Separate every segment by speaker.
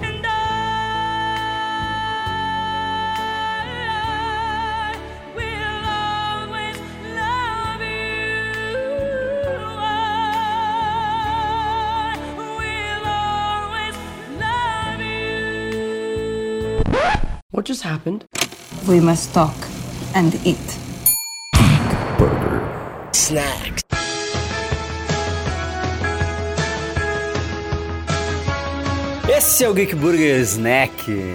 Speaker 1: And I will always love you. I will always love you.
Speaker 2: What just happened?
Speaker 3: We must talk and eat.
Speaker 4: Snacks. Esse é o Geek Burger Snack.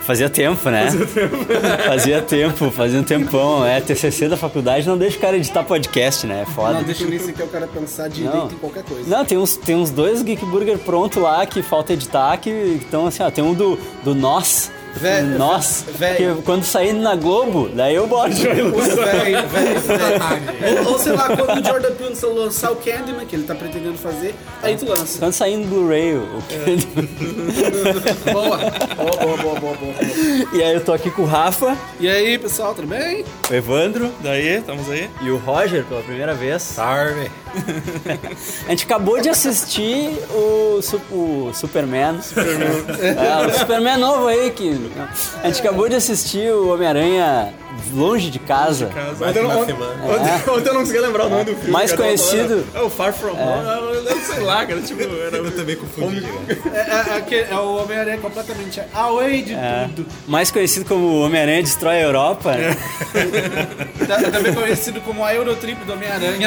Speaker 4: Fazia tempo, né? Fazia tempo. fazia tempo, fazia um tempão. É, TCC da faculdade não deixa o cara editar podcast, né? É foda.
Speaker 5: Não deixa nisso que eu quero pensar direito
Speaker 4: Não.
Speaker 5: em qualquer coisa.
Speaker 4: Não, tem uns, tem uns dois Geek Burger pronto lá que falta editar, que estão assim, ó, tem um do, do Nós. Um
Speaker 5: Velho,
Speaker 4: nós,
Speaker 5: velho.
Speaker 4: que quando sair na Globo, daí eu boto.
Speaker 5: Velho, velho, velho. Ou, ou sei lá, quando o Jordan Peele lançar o Candyman, que ele tá pretendendo fazer, aí tu lança.
Speaker 4: Quando sair no Blu-ray, o que-
Speaker 5: Boa. Boa, boa, boa, boa, boa.
Speaker 4: e aí eu tô aqui com o Rafa,
Speaker 5: E aí, pessoal, tudo bem?
Speaker 4: o Evandro
Speaker 6: Daí, estamos aí.
Speaker 4: e o Roger pela primeira vez.
Speaker 7: Arme.
Speaker 4: A gente acabou de assistir o, Su- o Superman. É, o Superman novo aí que. A gente acabou de assistir o Homem-Aranha Longe de Casa.
Speaker 7: Bate na semana.
Speaker 6: Ontem, ontem eu não conseguia lembrar o nome do filme.
Speaker 4: Mais
Speaker 6: cara.
Speaker 4: conhecido.
Speaker 6: É o Far From Home. Eu sei lá, cara. Tipo, era
Speaker 7: Eu também confundi. cara.
Speaker 5: É, é, é que- é o Homem-Aranha completamente away de tudo.
Speaker 4: Mais conhecido como Homem-Aranha Destrói a Europa.
Speaker 5: Tá- Também conhecido como a Eurotrip do Homem-Aranha.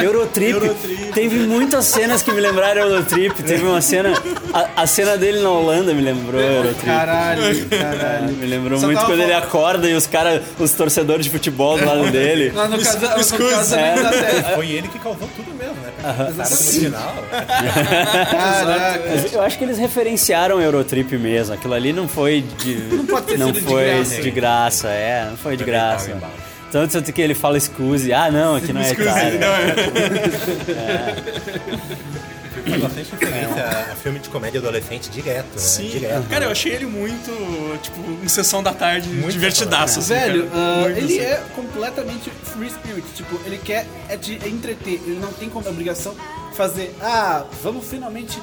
Speaker 4: Eurotrip. Teve muitas cenas que me lembraram Eurotrip. Teve uma cena. A, a cena dele na Holanda me lembrou Eurotrip.
Speaker 5: Caralho,
Speaker 4: É,
Speaker 5: caralho.
Speaker 4: Me lembrou
Speaker 5: Só
Speaker 4: muito
Speaker 5: tava
Speaker 4: quando ele
Speaker 5: falando-
Speaker 4: acorda e os caras, os torcedores de futebol do lado dele.
Speaker 5: Lá no, casa, no
Speaker 7: escusa.
Speaker 5: casamento da Terra.
Speaker 7: Foi ele que causou tudo mesmo, né? cara? Cara, no final. né,
Speaker 5: Caraca.
Speaker 4: Mas Eu acho que eles referenciaram Eurotrip mesmo. Aquilo ali não foi de. Não
Speaker 5: pode ter sido de
Speaker 4: foi
Speaker 5: graça.
Speaker 4: de graça, é. Não foi de graça. Tanto tanto que ele fala excuse. Ah, não, aqui não é Itália.
Speaker 7: Faz bastante referência a filme de comédia adolescente direto, né?
Speaker 6: Sim.
Speaker 7: Direto.
Speaker 6: Cara, eu achei ele muito, tipo, um sessão da tarde
Speaker 7: Muito né?
Speaker 6: divertidaço. assim,
Speaker 5: Velho,
Speaker 6: cara.
Speaker 5: ah,
Speaker 6: Muito,
Speaker 5: ele
Speaker 6: assim.
Speaker 5: é completamente free spirit. Tipo, ele quer é te entreter. Ele não tem como é obrigação fazer, ah, vamos finalmente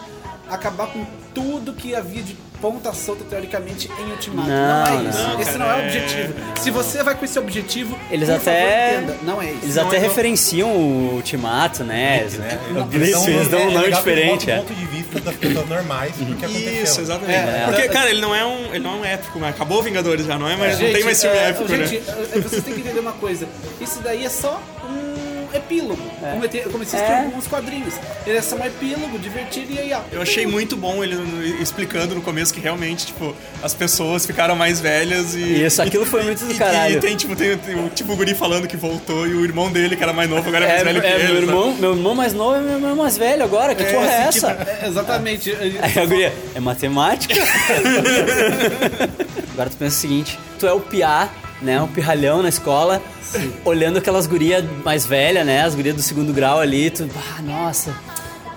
Speaker 5: acabar com tudo que havia de ponta solta, teoricamente, em Ultimato. Não,
Speaker 4: Não,
Speaker 5: é isso.
Speaker 6: não,
Speaker 5: esse
Speaker 6: cara,
Speaker 5: não é o
Speaker 6: é-
Speaker 5: objetivo. Se você vai com esse objetivo,
Speaker 4: Eles
Speaker 5: por
Speaker 4: até-
Speaker 5: favor, entenda. Não é isso.
Speaker 4: Eles
Speaker 5: Não
Speaker 4: até
Speaker 5: é-
Speaker 4: referenciam o ultimato, né?
Speaker 6: Ah.
Speaker 7: Né?
Speaker 4: O Blitz, eles dão um nome
Speaker 7: legal que ele
Speaker 4: diferente.
Speaker 7: bota
Speaker 4: é.
Speaker 7: o ponto de vista das pessoas normais do que aconteceu.
Speaker 6: Isso, exatamente. Porque, cara, ele não é um. Ele não é um épico, mas acabou Vingadores já, não é? Mas não tem mais filme
Speaker 5: é,
Speaker 6: épico, né?
Speaker 5: gente, é, vocês têm que entender uma coisa. Isso daí é só um epílogo. Como, eu te- como existem
Speaker 4: É.
Speaker 5: alguns quadrinhos. Ele é só um epílogo divertido e aí, ó.
Speaker 6: Eu achei muito bom ele no- explicando no começo que realmente, tipo, as pessoas ficaram mais velhas e.
Speaker 4: Isso, aquilo foi muito do
Speaker 6: e- e-
Speaker 4: caralho.
Speaker 6: E tem, tipo, tem, tem o tipo o Guri falando que voltou e o irmão dele, que era mais novo, agora é mais
Speaker 4: É,
Speaker 6: velho que
Speaker 4: é,
Speaker 6: ele.
Speaker 4: meu,
Speaker 6: sabe?
Speaker 4: irmão, meu irmão mais novo e meu irmão mais velho agora. Que porra é
Speaker 5: assim,
Speaker 4: essa?
Speaker 5: tipo, é, exatamente. Ele-
Speaker 4: Aí a guria, é matemática? Agora tu pensa o seguinte, tu é o piá, né, um pirralhão na escola, olhando aquelas gurias mais velhas, né, as gurias do segundo grau ali, tu, ah, nossa,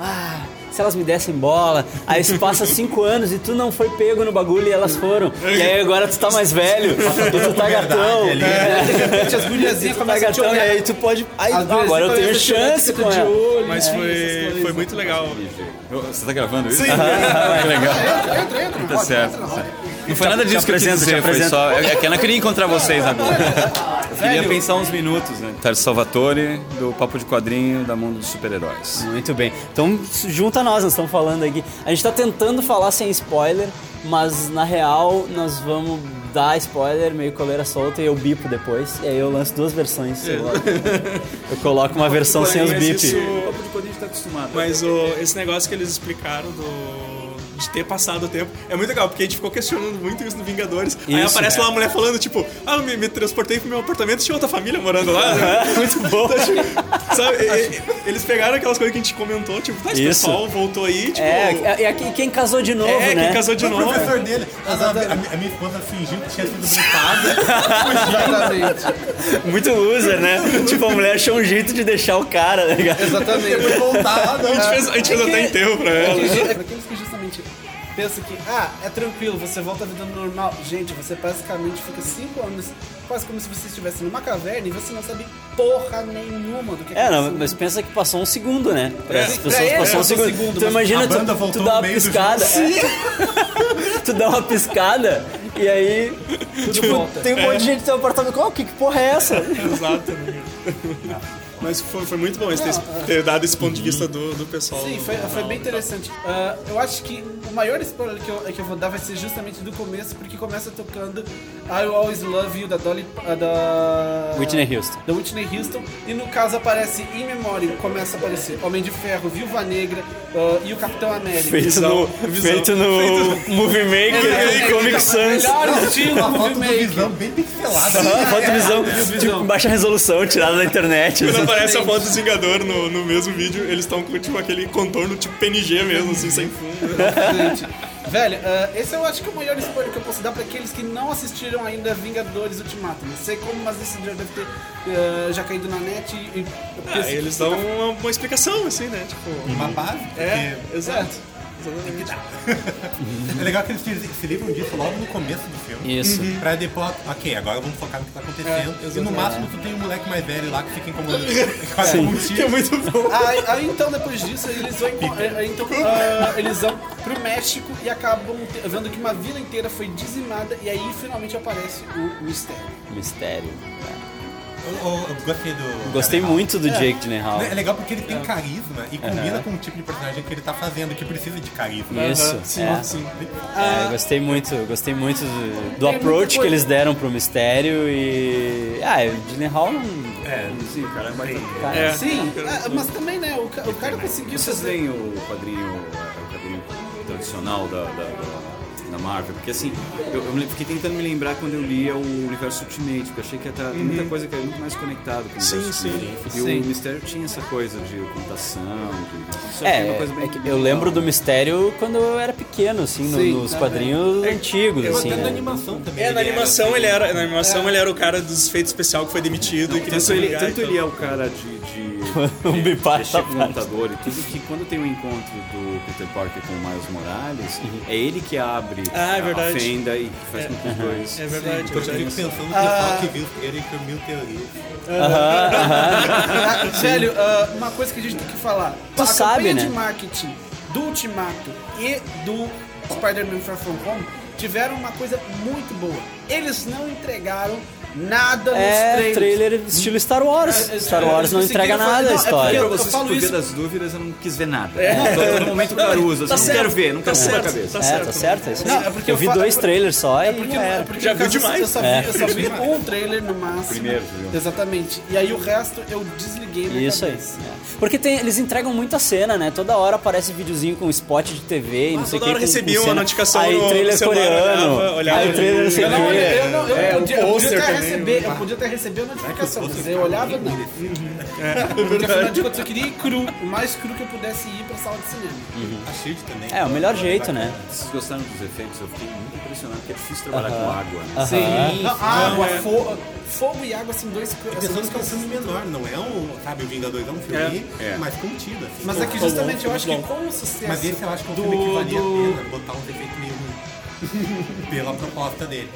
Speaker 4: ah, se elas me dessem bola, aí se passa cinco anos e tu não foi pego no bagulho e elas foram, e aí agora tu tá mais velho, e tu tá gatão,
Speaker 7: ali,
Speaker 4: é,
Speaker 5: De repente as guriazinhas
Speaker 4: tu tá
Speaker 5: começam a te
Speaker 4: gatão, e
Speaker 5: olhar. então
Speaker 4: aí tu pode, aí,
Speaker 5: As guriazinhas
Speaker 4: agora então, eu tenho
Speaker 5: começam a te olhar,
Speaker 4: chance
Speaker 5: fica
Speaker 4: com
Speaker 5: de
Speaker 4: ela.
Speaker 6: Mas
Speaker 5: olho, né, essas
Speaker 6: foi,
Speaker 5: coisas.
Speaker 6: foi muito legal.
Speaker 8: né? Eu- Você tá gravando isso? Sim.
Speaker 5: Entra, entra, entra.
Speaker 8: Tá
Speaker 5: roda,
Speaker 8: certo.
Speaker 5: entra na roda.
Speaker 8: Não foi nada disso que eu quis dizer, foi só. É que eu não queria encontrar vocês agora. Eu queria pensar uns minutos, né? Tarso Salvatore, do Papo de Quadrinho, da Mundo dos Super-Heróis.
Speaker 4: Muito bem. Então, junta nós, nós estamos falando aqui. A gente está tentando falar sem spoiler, mas na real nós vamos dar spoiler meio coleira solta e eu bipo depois. E aí eu lanço duas versões. sei lá. Eu coloco uma versão sem os
Speaker 6: Mas
Speaker 4: bips.
Speaker 6: isso-
Speaker 8: Papo de Quadrinho está acostumado.
Speaker 6: Mas o- esse negócio que eles explicaram do, de ter passado o tempo. É muito legal, porque a gente ficou questionando muito isso no Vingadores. Aí
Speaker 4: Isso,
Speaker 6: aparece
Speaker 4: né?
Speaker 6: lá a mulher falando, tipo, ah, eu me, me transportei pro meu apartamento, tinha outra família morando lá. né? muito bom. sabe, e- e- eles pegaram aquelas coisas que a gente comentou, tipo, tá, esse
Speaker 4: Isso.
Speaker 6: pessoal voltou aí, tipo.
Speaker 4: É, é, é que- quem casou de novo,
Speaker 6: é,
Speaker 4: né?
Speaker 6: quem casou de
Speaker 7: O
Speaker 6: novo.
Speaker 7: professor dele, mas a, a mi- a minha esposa fingiu que tinha sido gripada.
Speaker 5: Exatamente.
Speaker 4: Muito loser, né? tipo, a mulher achou um jeito de deixar o cara, né, cara?
Speaker 5: Exatamente.
Speaker 7: Depois voltar, ah, não.
Speaker 6: A gente fez, a gente
Speaker 4: é
Speaker 6: fez até enterro pra ela.
Speaker 5: né? É pra aqueles que justamente pensam que, ah, é tranquilo, você volta à vida normal. Gente, você basicamente fica cinco anos quase como se você estivesse numa caverna e você não sabe porra nenhuma do que
Speaker 4: É, não,
Speaker 5: aconteceu.
Speaker 4: mas pensa que passou um segundo, né? Para
Speaker 5: É.
Speaker 4: as
Speaker 5: Pra
Speaker 4: pessoas
Speaker 5: ele,
Speaker 4: passou um
Speaker 5: passou um
Speaker 4: segundo.
Speaker 5: segundo,
Speaker 4: tu
Speaker 5: mas
Speaker 4: imagina,
Speaker 7: a
Speaker 4: tu,
Speaker 7: banda
Speaker 4: tu
Speaker 7: voltou
Speaker 4: dá
Speaker 7: no
Speaker 4: uma
Speaker 7: meio do jogo.
Speaker 4: piscada. é. tu dá uma piscada e aí tipo,
Speaker 5: volta.
Speaker 4: tem um monte de gente no teu apartamento. Qual? Que, que porra é essa?
Speaker 6: Exato. né? Mas foi, foi muito bom esse ter, ter dado esse ponto de vista do, do pessoal.
Speaker 5: Sim, foi, foi bem interessante. Ah, eu acho que o maior spoiler que eu, que eu vou dar vai ser justamente do começo, porque começa tocando I Will Always Love You da Dolly. ah, da.
Speaker 4: Whitney Houston.
Speaker 5: Da Whitney Houston. E no caso aparece In Memória, começa a aparecer Homem de Ferro, Viúva Negra ah, e o Capitão América.
Speaker 4: Feito no, feito no Movie Maker e Comic Sans.
Speaker 5: Então, é Melhor estilo
Speaker 7: Uma foto do
Speaker 5: remake.
Speaker 7: visão bem assim, pixelada.
Speaker 4: Foto visão, tipo, baixa resolução, tirada da internet.
Speaker 6: Quando
Speaker 4: assim.
Speaker 6: aparece a foto do Vingador no, no mesmo vídeo, eles estão com tipo, aquele contorno tipo PNG mesmo, assim, sem fundo.
Speaker 5: Gente, Velho, ah, esse eu acho que é o maior spoiler que eu posso dar pra aqueles que não assistiram ainda Vingadores Ultimato. Não sei como, mas esse já deve ter ah, já caído na net e. e
Speaker 6: Ah, eles dão uma, uma explicação, assim, né? Tipo.
Speaker 7: Uma base.
Speaker 6: É, exato.
Speaker 7: porque É legal que eles se se livram disso logo no começo do filme.
Speaker 4: Isso.
Speaker 6: Uhum.
Speaker 7: Pra depois, ok, agora vamos focar no que tá
Speaker 6: É,
Speaker 7: acontecendo. e no máximo tu tem um moleque mais velho lá que fica incomodando. Quase como um Ah,
Speaker 6: Que é
Speaker 7: tio.
Speaker 6: muito bom.
Speaker 5: Aí, aí, então, depois disso, eles vão, em- aí, então, ah, eles vão pro México e acabam te- vendo que uma vila inteira foi dizimada e aí finalmente aparece o mistério.
Speaker 4: Mistério.
Speaker 7: Eu, eu- eu gostei do.
Speaker 4: Gostei
Speaker 7: Gyllenhaal.
Speaker 4: muito do Jake Gyllenhaal.
Speaker 7: É legal porque ele tem carisma e combina com o tipo de personagem que ele tá fazendo, que precisa de carisma.
Speaker 4: Isso.
Speaker 6: Sim,
Speaker 4: é.
Speaker 6: sim.
Speaker 4: É, eu gostei muito, eu gostei muito do, do
Speaker 5: Tem muita
Speaker 4: approach
Speaker 5: coisa.
Speaker 4: que eles deram pro mistério e. Ah, o Gyllenhaal não.
Speaker 7: É,
Speaker 8: Sim, cara, mas
Speaker 4: Cara,
Speaker 6: É.
Speaker 5: Sim, ah, mas também, né, o, ca- o cara conseguiu
Speaker 8: Vocês
Speaker 5: fazer...
Speaker 8: leem o quadrinho, é, o quadrinho tradicional da, da, da- da Marvel? Porque assim, eu, eu me- fiquei tentando me lembrar quando eu lia o Universo Ultimate, porque eu achei que ia tá, tem muita coisa que era muito mais conectado com o
Speaker 6: Sim,
Speaker 8: Universo
Speaker 6: Uhum. sim.
Speaker 8: Ultimate. E o Mistério tinha essa coisa de ocultação, de, isso aqui
Speaker 4: É,
Speaker 8: uma coisa bem-
Speaker 4: é que eu lembro do mistério quando eu era pequeno, assim, no-
Speaker 5: Sim,
Speaker 4: nos
Speaker 5: tá
Speaker 4: quadrinhos antigos,
Speaker 7: Eu
Speaker 4: assim.
Speaker 7: até na
Speaker 4: né?
Speaker 7: animação também.
Speaker 6: É,
Speaker 7: ele
Speaker 6: na
Speaker 7: era-
Speaker 6: animação ele era. Na animação ele era o cara dos efeitos especial que foi demitido e queria
Speaker 8: Tanto
Speaker 6: se
Speaker 8: ele,
Speaker 6: vingar,
Speaker 8: tanto
Speaker 6: então. tá
Speaker 8: ele é o cara de, de,
Speaker 4: Um
Speaker 8: de-
Speaker 4: bipata
Speaker 8: de chefe do
Speaker 4: pasta.
Speaker 8: computador e tudo, que quando tem o encontro do Peter Parker com o Miles Morales, é ele que abre
Speaker 6: Uhum. Ah, é
Speaker 8: a- a
Speaker 6: verdade.
Speaker 8: fenda e que faz com que os dois...
Speaker 6: É verdade,
Speaker 7: Tipo, Eu fico
Speaker 6: verdade.
Speaker 7: pensando no pessoal que viu ele por mil teorias.
Speaker 5: Ah, velho, ah, uma coisa que a gente tem que falar. a
Speaker 4: sabe,
Speaker 5: campanha
Speaker 4: né?
Speaker 5: de marketing do Ultimato e do Spider-Man Far From Home tiveram uma coisa muito boa. Eles não entregaram nada nos
Speaker 4: É
Speaker 5: trailers.
Speaker 4: trailer estilo Star Wars.
Speaker 5: É, é,
Speaker 4: Star Wars
Speaker 5: eles
Speaker 4: não entrega
Speaker 5: conseguiram fazer-
Speaker 4: nada a
Speaker 5: não, é porque
Speaker 4: história.
Speaker 5: eu-
Speaker 8: Pra vocês,
Speaker 5: falo
Speaker 8: por via
Speaker 5: isso- É.
Speaker 8: das dúvidas, eu não quis ver nada. Todo momento Caruso, assim,
Speaker 6: Tá
Speaker 8: não
Speaker 6: certo,
Speaker 8: quero ver, não
Speaker 6: tá
Speaker 8: quero ver na
Speaker 6: certo, tá
Speaker 8: cabeça.
Speaker 4: É, tá
Speaker 6: certo.
Speaker 4: certo? é isso aí.
Speaker 5: Não, é porque
Speaker 4: eu
Speaker 5: eu
Speaker 4: vi
Speaker 5: fa-
Speaker 4: dois
Speaker 5: é por-
Speaker 4: trailers só
Speaker 5: É
Speaker 4: e
Speaker 5: porque,
Speaker 4: já
Speaker 5: é
Speaker 4: era.
Speaker 5: porque
Speaker 6: Já
Speaker 5: eu
Speaker 6: viu
Speaker 5: só-
Speaker 6: demais.
Speaker 5: Eu só vi,
Speaker 4: É.
Speaker 5: eu só vi um trailer no máximo.
Speaker 8: Primeiro, viu?
Speaker 5: Exatamente. E aí o resto eu desliguei na
Speaker 4: Isso aí.
Speaker 5: cabeça.
Speaker 4: é. Porque tem- eles entregam muita cena, né? Toda hora aparece videozinho com spot de TV e não
Speaker 6: Ah,
Speaker 4: sei
Speaker 6: toda
Speaker 4: o que.
Speaker 6: hora
Speaker 4: com- com
Speaker 6: recebia uma
Speaker 4: cena.
Speaker 6: notificação
Speaker 4: Aí
Speaker 6: no
Speaker 4: trailer
Speaker 6: celular,
Speaker 4: coreano.
Speaker 6: olhava- olhava
Speaker 4: aí
Speaker 6: ali.
Speaker 4: trailer não sei
Speaker 5: Eu
Speaker 4: o
Speaker 5: não,
Speaker 4: que.
Speaker 5: olhei, eu,
Speaker 6: É,
Speaker 5: não, eu,
Speaker 6: o
Speaker 5: podia, eu podia
Speaker 6: pôster
Speaker 5: até
Speaker 6: também,
Speaker 5: receber, eu podia até receber a notificação, mas eu olhava não. É. Porque afinal de contas eu queria ir cru, o mais cru que eu pudesse ir pra sala de cinema.
Speaker 7: A Shield também.
Speaker 4: É, o melhor jeito, né?
Speaker 5: tá
Speaker 8: Vocês gostaram dos efeitos? Eu fiquei muito impressionado, porque é difícil trabalhar com água, né?
Speaker 5: Sim. Não, água, fogo, fogo e água são dois co- são
Speaker 7: Pensando
Speaker 5: duas
Speaker 7: que é um
Speaker 5: coisas.
Speaker 7: filme menor, não é um, sabe, o Vingadores é um filme
Speaker 8: É.
Speaker 7: mais contido, assim.
Speaker 5: Mas é que justamente eu acho que com o sucesso
Speaker 7: Mas esse eu acho que é um
Speaker 5: do-
Speaker 7: filme que valia
Speaker 5: do-
Speaker 7: a pena botar um defeito meio ruim. Pela proposta dele.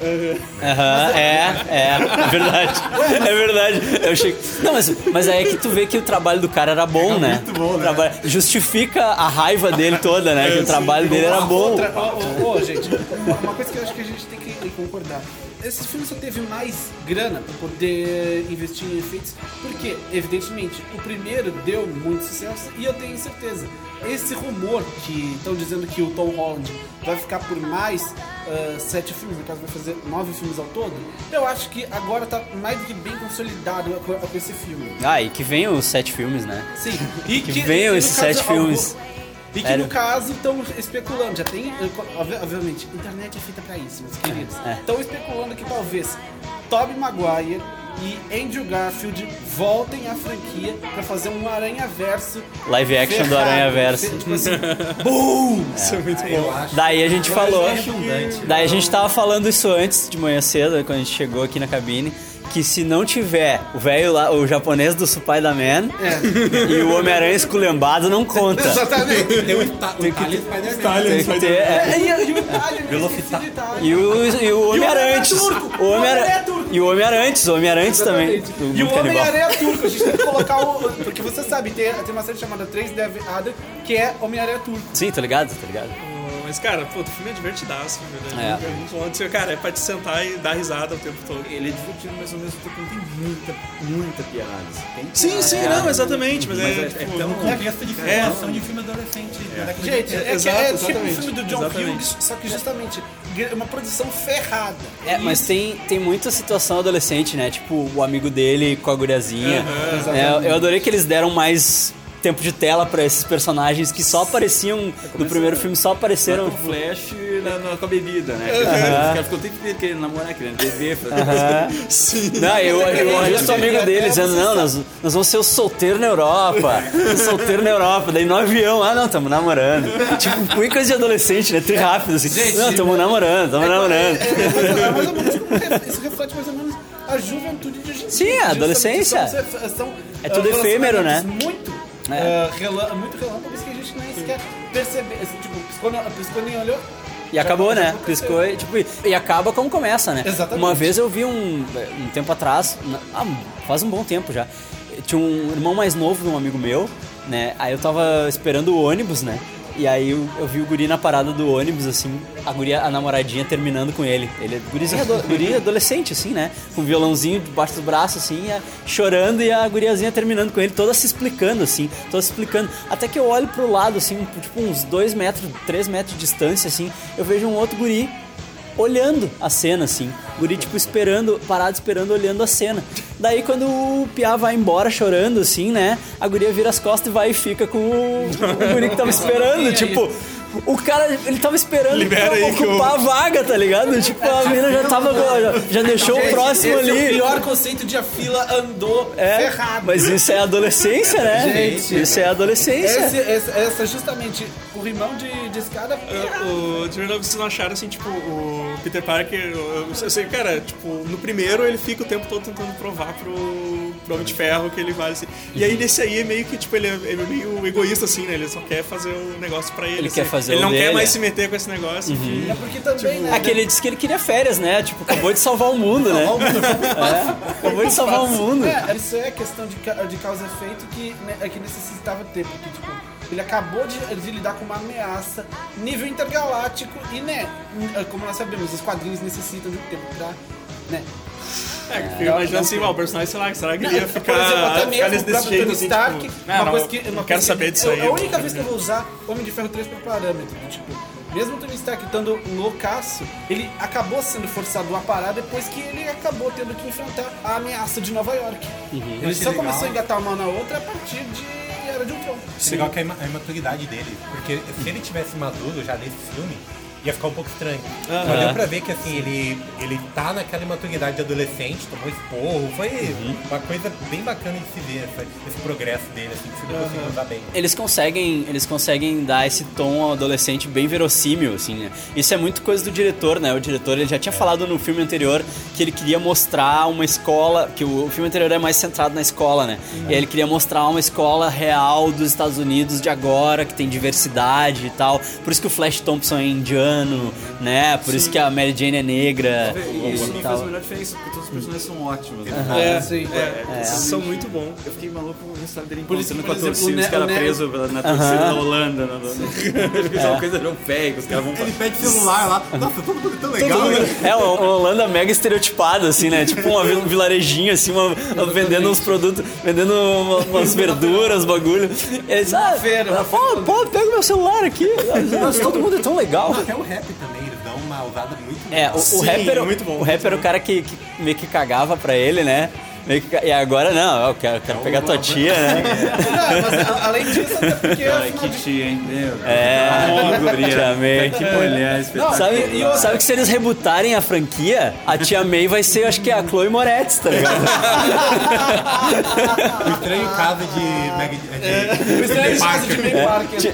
Speaker 4: Aham, é, é, é verdade. É verdade. Eu achei... Não, mas, mas aí é que tu vê que o trabalho do cara era bom, né?
Speaker 7: muito bom,
Speaker 4: O
Speaker 7: né? É,
Speaker 4: trabalho- Justifica a raiva dele toda, né? Que o trabalho dele era bom.
Speaker 5: Outra, ó, ó, ó, gente, uma, uma coisa que eu acho que a gente tem que concordar. Esse filme só teve mais grana pra poder investir em efeitos, porque, evidentemente, o primeiro deu muito sucesso e eu tenho certeza. Esse rumor que estão dizendo que o Tom Holland vai ficar por mais ah, sete filmes, no caso vai fazer nove filmes ao todo, eu acho que agora tá mais do que bem consolidado com, com esse filme.
Speaker 4: Ah, e que vem os sete filmes, né?
Speaker 5: Sim. E
Speaker 4: Que venham
Speaker 5: e no
Speaker 4: esses
Speaker 5: caso,
Speaker 4: sete
Speaker 5: algum-
Speaker 4: filmes.
Speaker 5: E que
Speaker 4: Sério?
Speaker 5: no caso estão especulando, já tem, eh, co- obvi- obviamente, internet é feita pra isso, meus queridos.
Speaker 4: É.
Speaker 5: Estão especulando que talvez Tobey Maguire e Andrew Garfield voltem à franquia pra fazer um Aranha Verso.
Speaker 4: Live action do Aranhaverso.
Speaker 5: Tipo assim,
Speaker 6: Isso é muito
Speaker 7: Eu
Speaker 6: bom.
Speaker 7: acho.
Speaker 4: Daí a gente
Speaker 7: eu
Speaker 4: falou.
Speaker 7: acho redundante.
Speaker 4: Daí a gente tava falando isso antes de manhã cedo, quando a gente chegou aqui na cabine. Que se não tiver o velho lá, o japonês do Supai da Man e o Homem-Aranha esculhambado, não conta.
Speaker 5: é. exatamente.
Speaker 7: Tem o Ita- o Itália Spider-Man.
Speaker 4: Tem que ter. é.
Speaker 5: É, e a de Itália, eu esqueci de Itália.
Speaker 4: E o, e o Homem-Aranha. antes. O
Speaker 5: Homem-Aranha é
Speaker 4: Homem-Aranha.
Speaker 5: turco.
Speaker 4: E o Homem-Aranha, o é Homem-Aranha também.
Speaker 5: Exatamente.
Speaker 4: do
Speaker 5: E o
Speaker 4: mundo canibal.
Speaker 5: Homem-Aranha turco, a gente tem que colocar o. Porque você sabe, tem, tem uma série chamada 3 Dev Adam, que é Homem-Aranha turco.
Speaker 4: Sim, tá ligado? Tá ligado?
Speaker 6: Mas, cara, pô, o filme é divertidaço, na verdade.
Speaker 4: É.
Speaker 6: É. muito bom. Tipo, Cara, é pra te sentar e dar risada o tempo todo.
Speaker 8: Ele é divertido, mas ao mesmo tempo não tem muita, muita piada. assim. Tem
Speaker 6: Sim,
Speaker 8: piada,
Speaker 6: sim, não, exatamente. Mas,
Speaker 8: Mas
Speaker 6: é,
Speaker 8: é-
Speaker 6: tipo,
Speaker 8: é tão
Speaker 6: não-
Speaker 7: Contexto de
Speaker 6: É.
Speaker 7: filmação de filme adolescente. da década de
Speaker 5: Gente,
Speaker 7: 80.
Speaker 5: é, que
Speaker 6: Exato,
Speaker 5: é tipo um
Speaker 6: exatamente.
Speaker 5: filme do John
Speaker 6: Exatamente.
Speaker 5: Hughes, só que justamente gra- uma produção ferrada.
Speaker 4: É, mas tem, tem muita situação adolescente, né? Tipo, o amigo dele com a guriazinha. É, eu adorei que eles deram mais tempo de tela pra esses personagens que só apareciam no primeiro
Speaker 5: né?
Speaker 4: filme, só apareceram.
Speaker 8: um flash na, na- com a bebida, né? Os caras ficam o tempo inteiro querendo namorar, querendo beber, fazer né?
Speaker 4: Não, eu, eu, eu justo o amigo dele dizendo, não, nós, nós vamos ser o solteiro na Europa. solteiro na Europa. Daí no avião, ah, não, tamo namorando. Tipo, muito coisa de adolescente, né? Tem rápido, assim. não, tamo namorando, tamo namorando.
Speaker 5: É, mais ou menos como ref- isso reflete mais ou menos a juventude de hoje em
Speaker 4: Sim,
Speaker 5: dia.
Speaker 4: a
Speaker 5: Justamente
Speaker 4: adolescência.
Speaker 5: são- são,
Speaker 4: É tudo
Speaker 5: ah,
Speaker 4: efêmero, né?
Speaker 5: Muito,
Speaker 4: É.
Speaker 5: ah, relâ- muito relâmpagos que a gente nem sequer percebe. Esse, Tipo, quando, quando ele olhou,
Speaker 4: E acabou, né?
Speaker 5: aconteceu.
Speaker 4: Piscou e, tipo, e- e acaba como começa, né?
Speaker 5: Exatamente.
Speaker 4: Uma vez eu vi um, um tempo atrás, na- ah, faz um bom tempo já, tinha um irmão mais novo de um amigo meu, né? Aí eu tava esperando o ônibus, né? E aí eu, eu vi o guri na parada do ônibus, assim, a guria, a namoradinha terminando com ele. Ele é gurizinho, ado- guri adolescente, assim, né? Com um violãozinho debaixo do braço, assim, e a- chorando e a guriazinha terminando com ele, toda se explicando, assim, toda se explicando. Até que eu olho pro lado, assim, tipo uns dois metros, três metros de distância, assim, eu vejo um outro guri olhando a cena, assim. O guri, tipo, esperando, parado esperando, olhando a cena. Daí, quando o Piá vai embora chorando, assim, né? A guria vira as costas e vai e fica com o, o guri que tava esperando, tipo... O cara, ele tava esperando
Speaker 6: Libera
Speaker 4: pra
Speaker 6: aí que eu-
Speaker 4: ocupar a vaga, tá ligado? Tipo, a menina já tava. Já, já deixou o próximo
Speaker 5: esse é o
Speaker 4: ali.
Speaker 5: pior conceito de a fila andou
Speaker 4: É,
Speaker 5: ferrado.
Speaker 4: mas isso é adolescência, né?
Speaker 5: Gente.
Speaker 4: isso é adolescência.
Speaker 5: Esse- esse- essa justamente, o rimão de, de escada. é
Speaker 4: É,
Speaker 6: O de verdade, vocês não acharam assim, tipo, o Peter Parker. Eu, eu sei, cara, tipo, no primeiro ele fica o tempo todo tentando provar pro, pro Homem de Ferro que ele vale assim. E aí nesse aí é meio que, tipo, ele é, ele é meio egoísta, assim, né? Ele só quer fazer o negócio pra ele.
Speaker 4: Ele
Speaker 6: assim.
Speaker 4: quer fazer
Speaker 6: Ele
Speaker 4: o
Speaker 6: não
Speaker 4: dele,
Speaker 6: quer mais
Speaker 4: é. Uhum.
Speaker 6: se meter com esse negócio. que-
Speaker 5: É porque também, né? um
Speaker 4: Aquele disse Tipo, que ele queria férias, né? Tipo, acabou de salvar o mundo, né? É, acabou de salvar o mundo.
Speaker 5: É, isso é questão de, ca- de causa e efeito que, né, é que necessitava ter, porque tipo, ele acabou de, de lidar com uma ameaça nível intergaláctico e, né, como nós sabemos, os quadrinhos necessitam de um tempo pra, né,
Speaker 6: É, que fica imaginando assim, ó, o personagem, sei lá, será que ele ia ficar,
Speaker 5: Por exemplo, até
Speaker 6: ficar
Speaker 5: mesmo
Speaker 6: nesse
Speaker 5: o próprio
Speaker 6: desse jeito?
Speaker 5: Tony
Speaker 6: Assim,
Speaker 5: Stark,
Speaker 6: tipo,
Speaker 5: uma
Speaker 6: não,
Speaker 5: coisa que... Uma
Speaker 6: não
Speaker 5: coisa
Speaker 6: quero
Speaker 5: que-
Speaker 6: saber disso
Speaker 5: é
Speaker 6: aí.
Speaker 5: A única vez que eu vou usar Homem de Ferro 3 pra parâmetro, do tipo... Mesmo o Tony Stark estando loucaço, ele acabou sendo forçado a parar depois que ele acabou tendo que enfrentar a ameaça de Nova York.
Speaker 8: Uhum.
Speaker 5: Ele só
Speaker 7: Legal.
Speaker 5: começou a engatar uma na outra a partir de Era de Ultron.
Speaker 7: Legal que é a ima- a imaturidade dele. Porque se ele tivesse maduro já nesse filme, ia ficar um pouco estranho. Mas deu pra ver que assim, ele, ele tá naquela imaturidade de adolescente, tomou esporro. Foi
Speaker 5: Uhum.
Speaker 7: uma coisa bem bacana de se ver, essa- esse progresso dele, assim, que se ele conseguiu usar bem.
Speaker 4: eles conseguem eles conseguem dar esse tom ao adolescente bem verossímil assim né? isso é muito coisa do diretor né o diretor ele já tinha falado no filme anterior que ele queria mostrar uma escola que o, o filme anterior é mais centrado na escola né e aí ele queria mostrar uma escola real dos Estados Unidos de agora que tem diversidade e tal por isso que o Flash Thompson é indiano né por isso que a Mary Jane é negra
Speaker 8: E isso
Speaker 4: e
Speaker 8: não
Speaker 4: tal.
Speaker 8: faz a menor diferença, porque todos os personagens são ótimos. Né?
Speaker 6: É,
Speaker 5: Sim.
Speaker 6: é, esses são muito bons.
Speaker 8: Eu fiquei maluco com o história dele
Speaker 5: Por isso que,
Speaker 8: encontrando
Speaker 5: por
Speaker 8: com a
Speaker 5: exemplo,
Speaker 8: torcida,
Speaker 5: o
Speaker 8: os
Speaker 5: Ne-
Speaker 8: caras
Speaker 5: o Ne-
Speaker 8: presos na, na torcida da Holanda. Na, na, Acho que isso é uma coisa europeia, que os caras vão pra...
Speaker 7: Ele pede celular lá. Nossa, todo mundo é tão legal. né?
Speaker 4: É, uma uma Holanda mega estereotipada, assim, né? Tipo uma vil- um vilarejinho, assim, uma- vendendo uns produtos, vendendo uma- umas verduras, um bagulho. E eles, ah,
Speaker 5: feira,
Speaker 4: pô, pô, pega meu celular aqui. Nossa, todo mundo é tão legal.
Speaker 7: Até o rap também, eles dão uma usada muito
Speaker 4: É, o, o
Speaker 6: Sim,
Speaker 4: rapper, é
Speaker 6: muito bom.
Speaker 4: o rapper, era o cara que, que meio que cagava pra ele, né? Meio que- E agora não, eu quero, eu quero pegar tua tia, né?
Speaker 5: Não, Tá, mas a- além disso, até porque.
Speaker 8: Ai,
Speaker 5: afinal
Speaker 8: que
Speaker 5: de-
Speaker 8: tia, hein? Meu,
Speaker 4: É,
Speaker 8: guria.
Speaker 4: tia May.
Speaker 8: Que mulher espetacular.
Speaker 4: Sabe, sabe que se eles rebutarem a franquia, a tia May vai ser, acho que é a Chloe Moretz, tá ligado?
Speaker 7: O estranho caso de. Meg- de- de-
Speaker 5: O É. estranho
Speaker 7: de
Speaker 5: caso de né?
Speaker 7: Parker.
Speaker 8: É.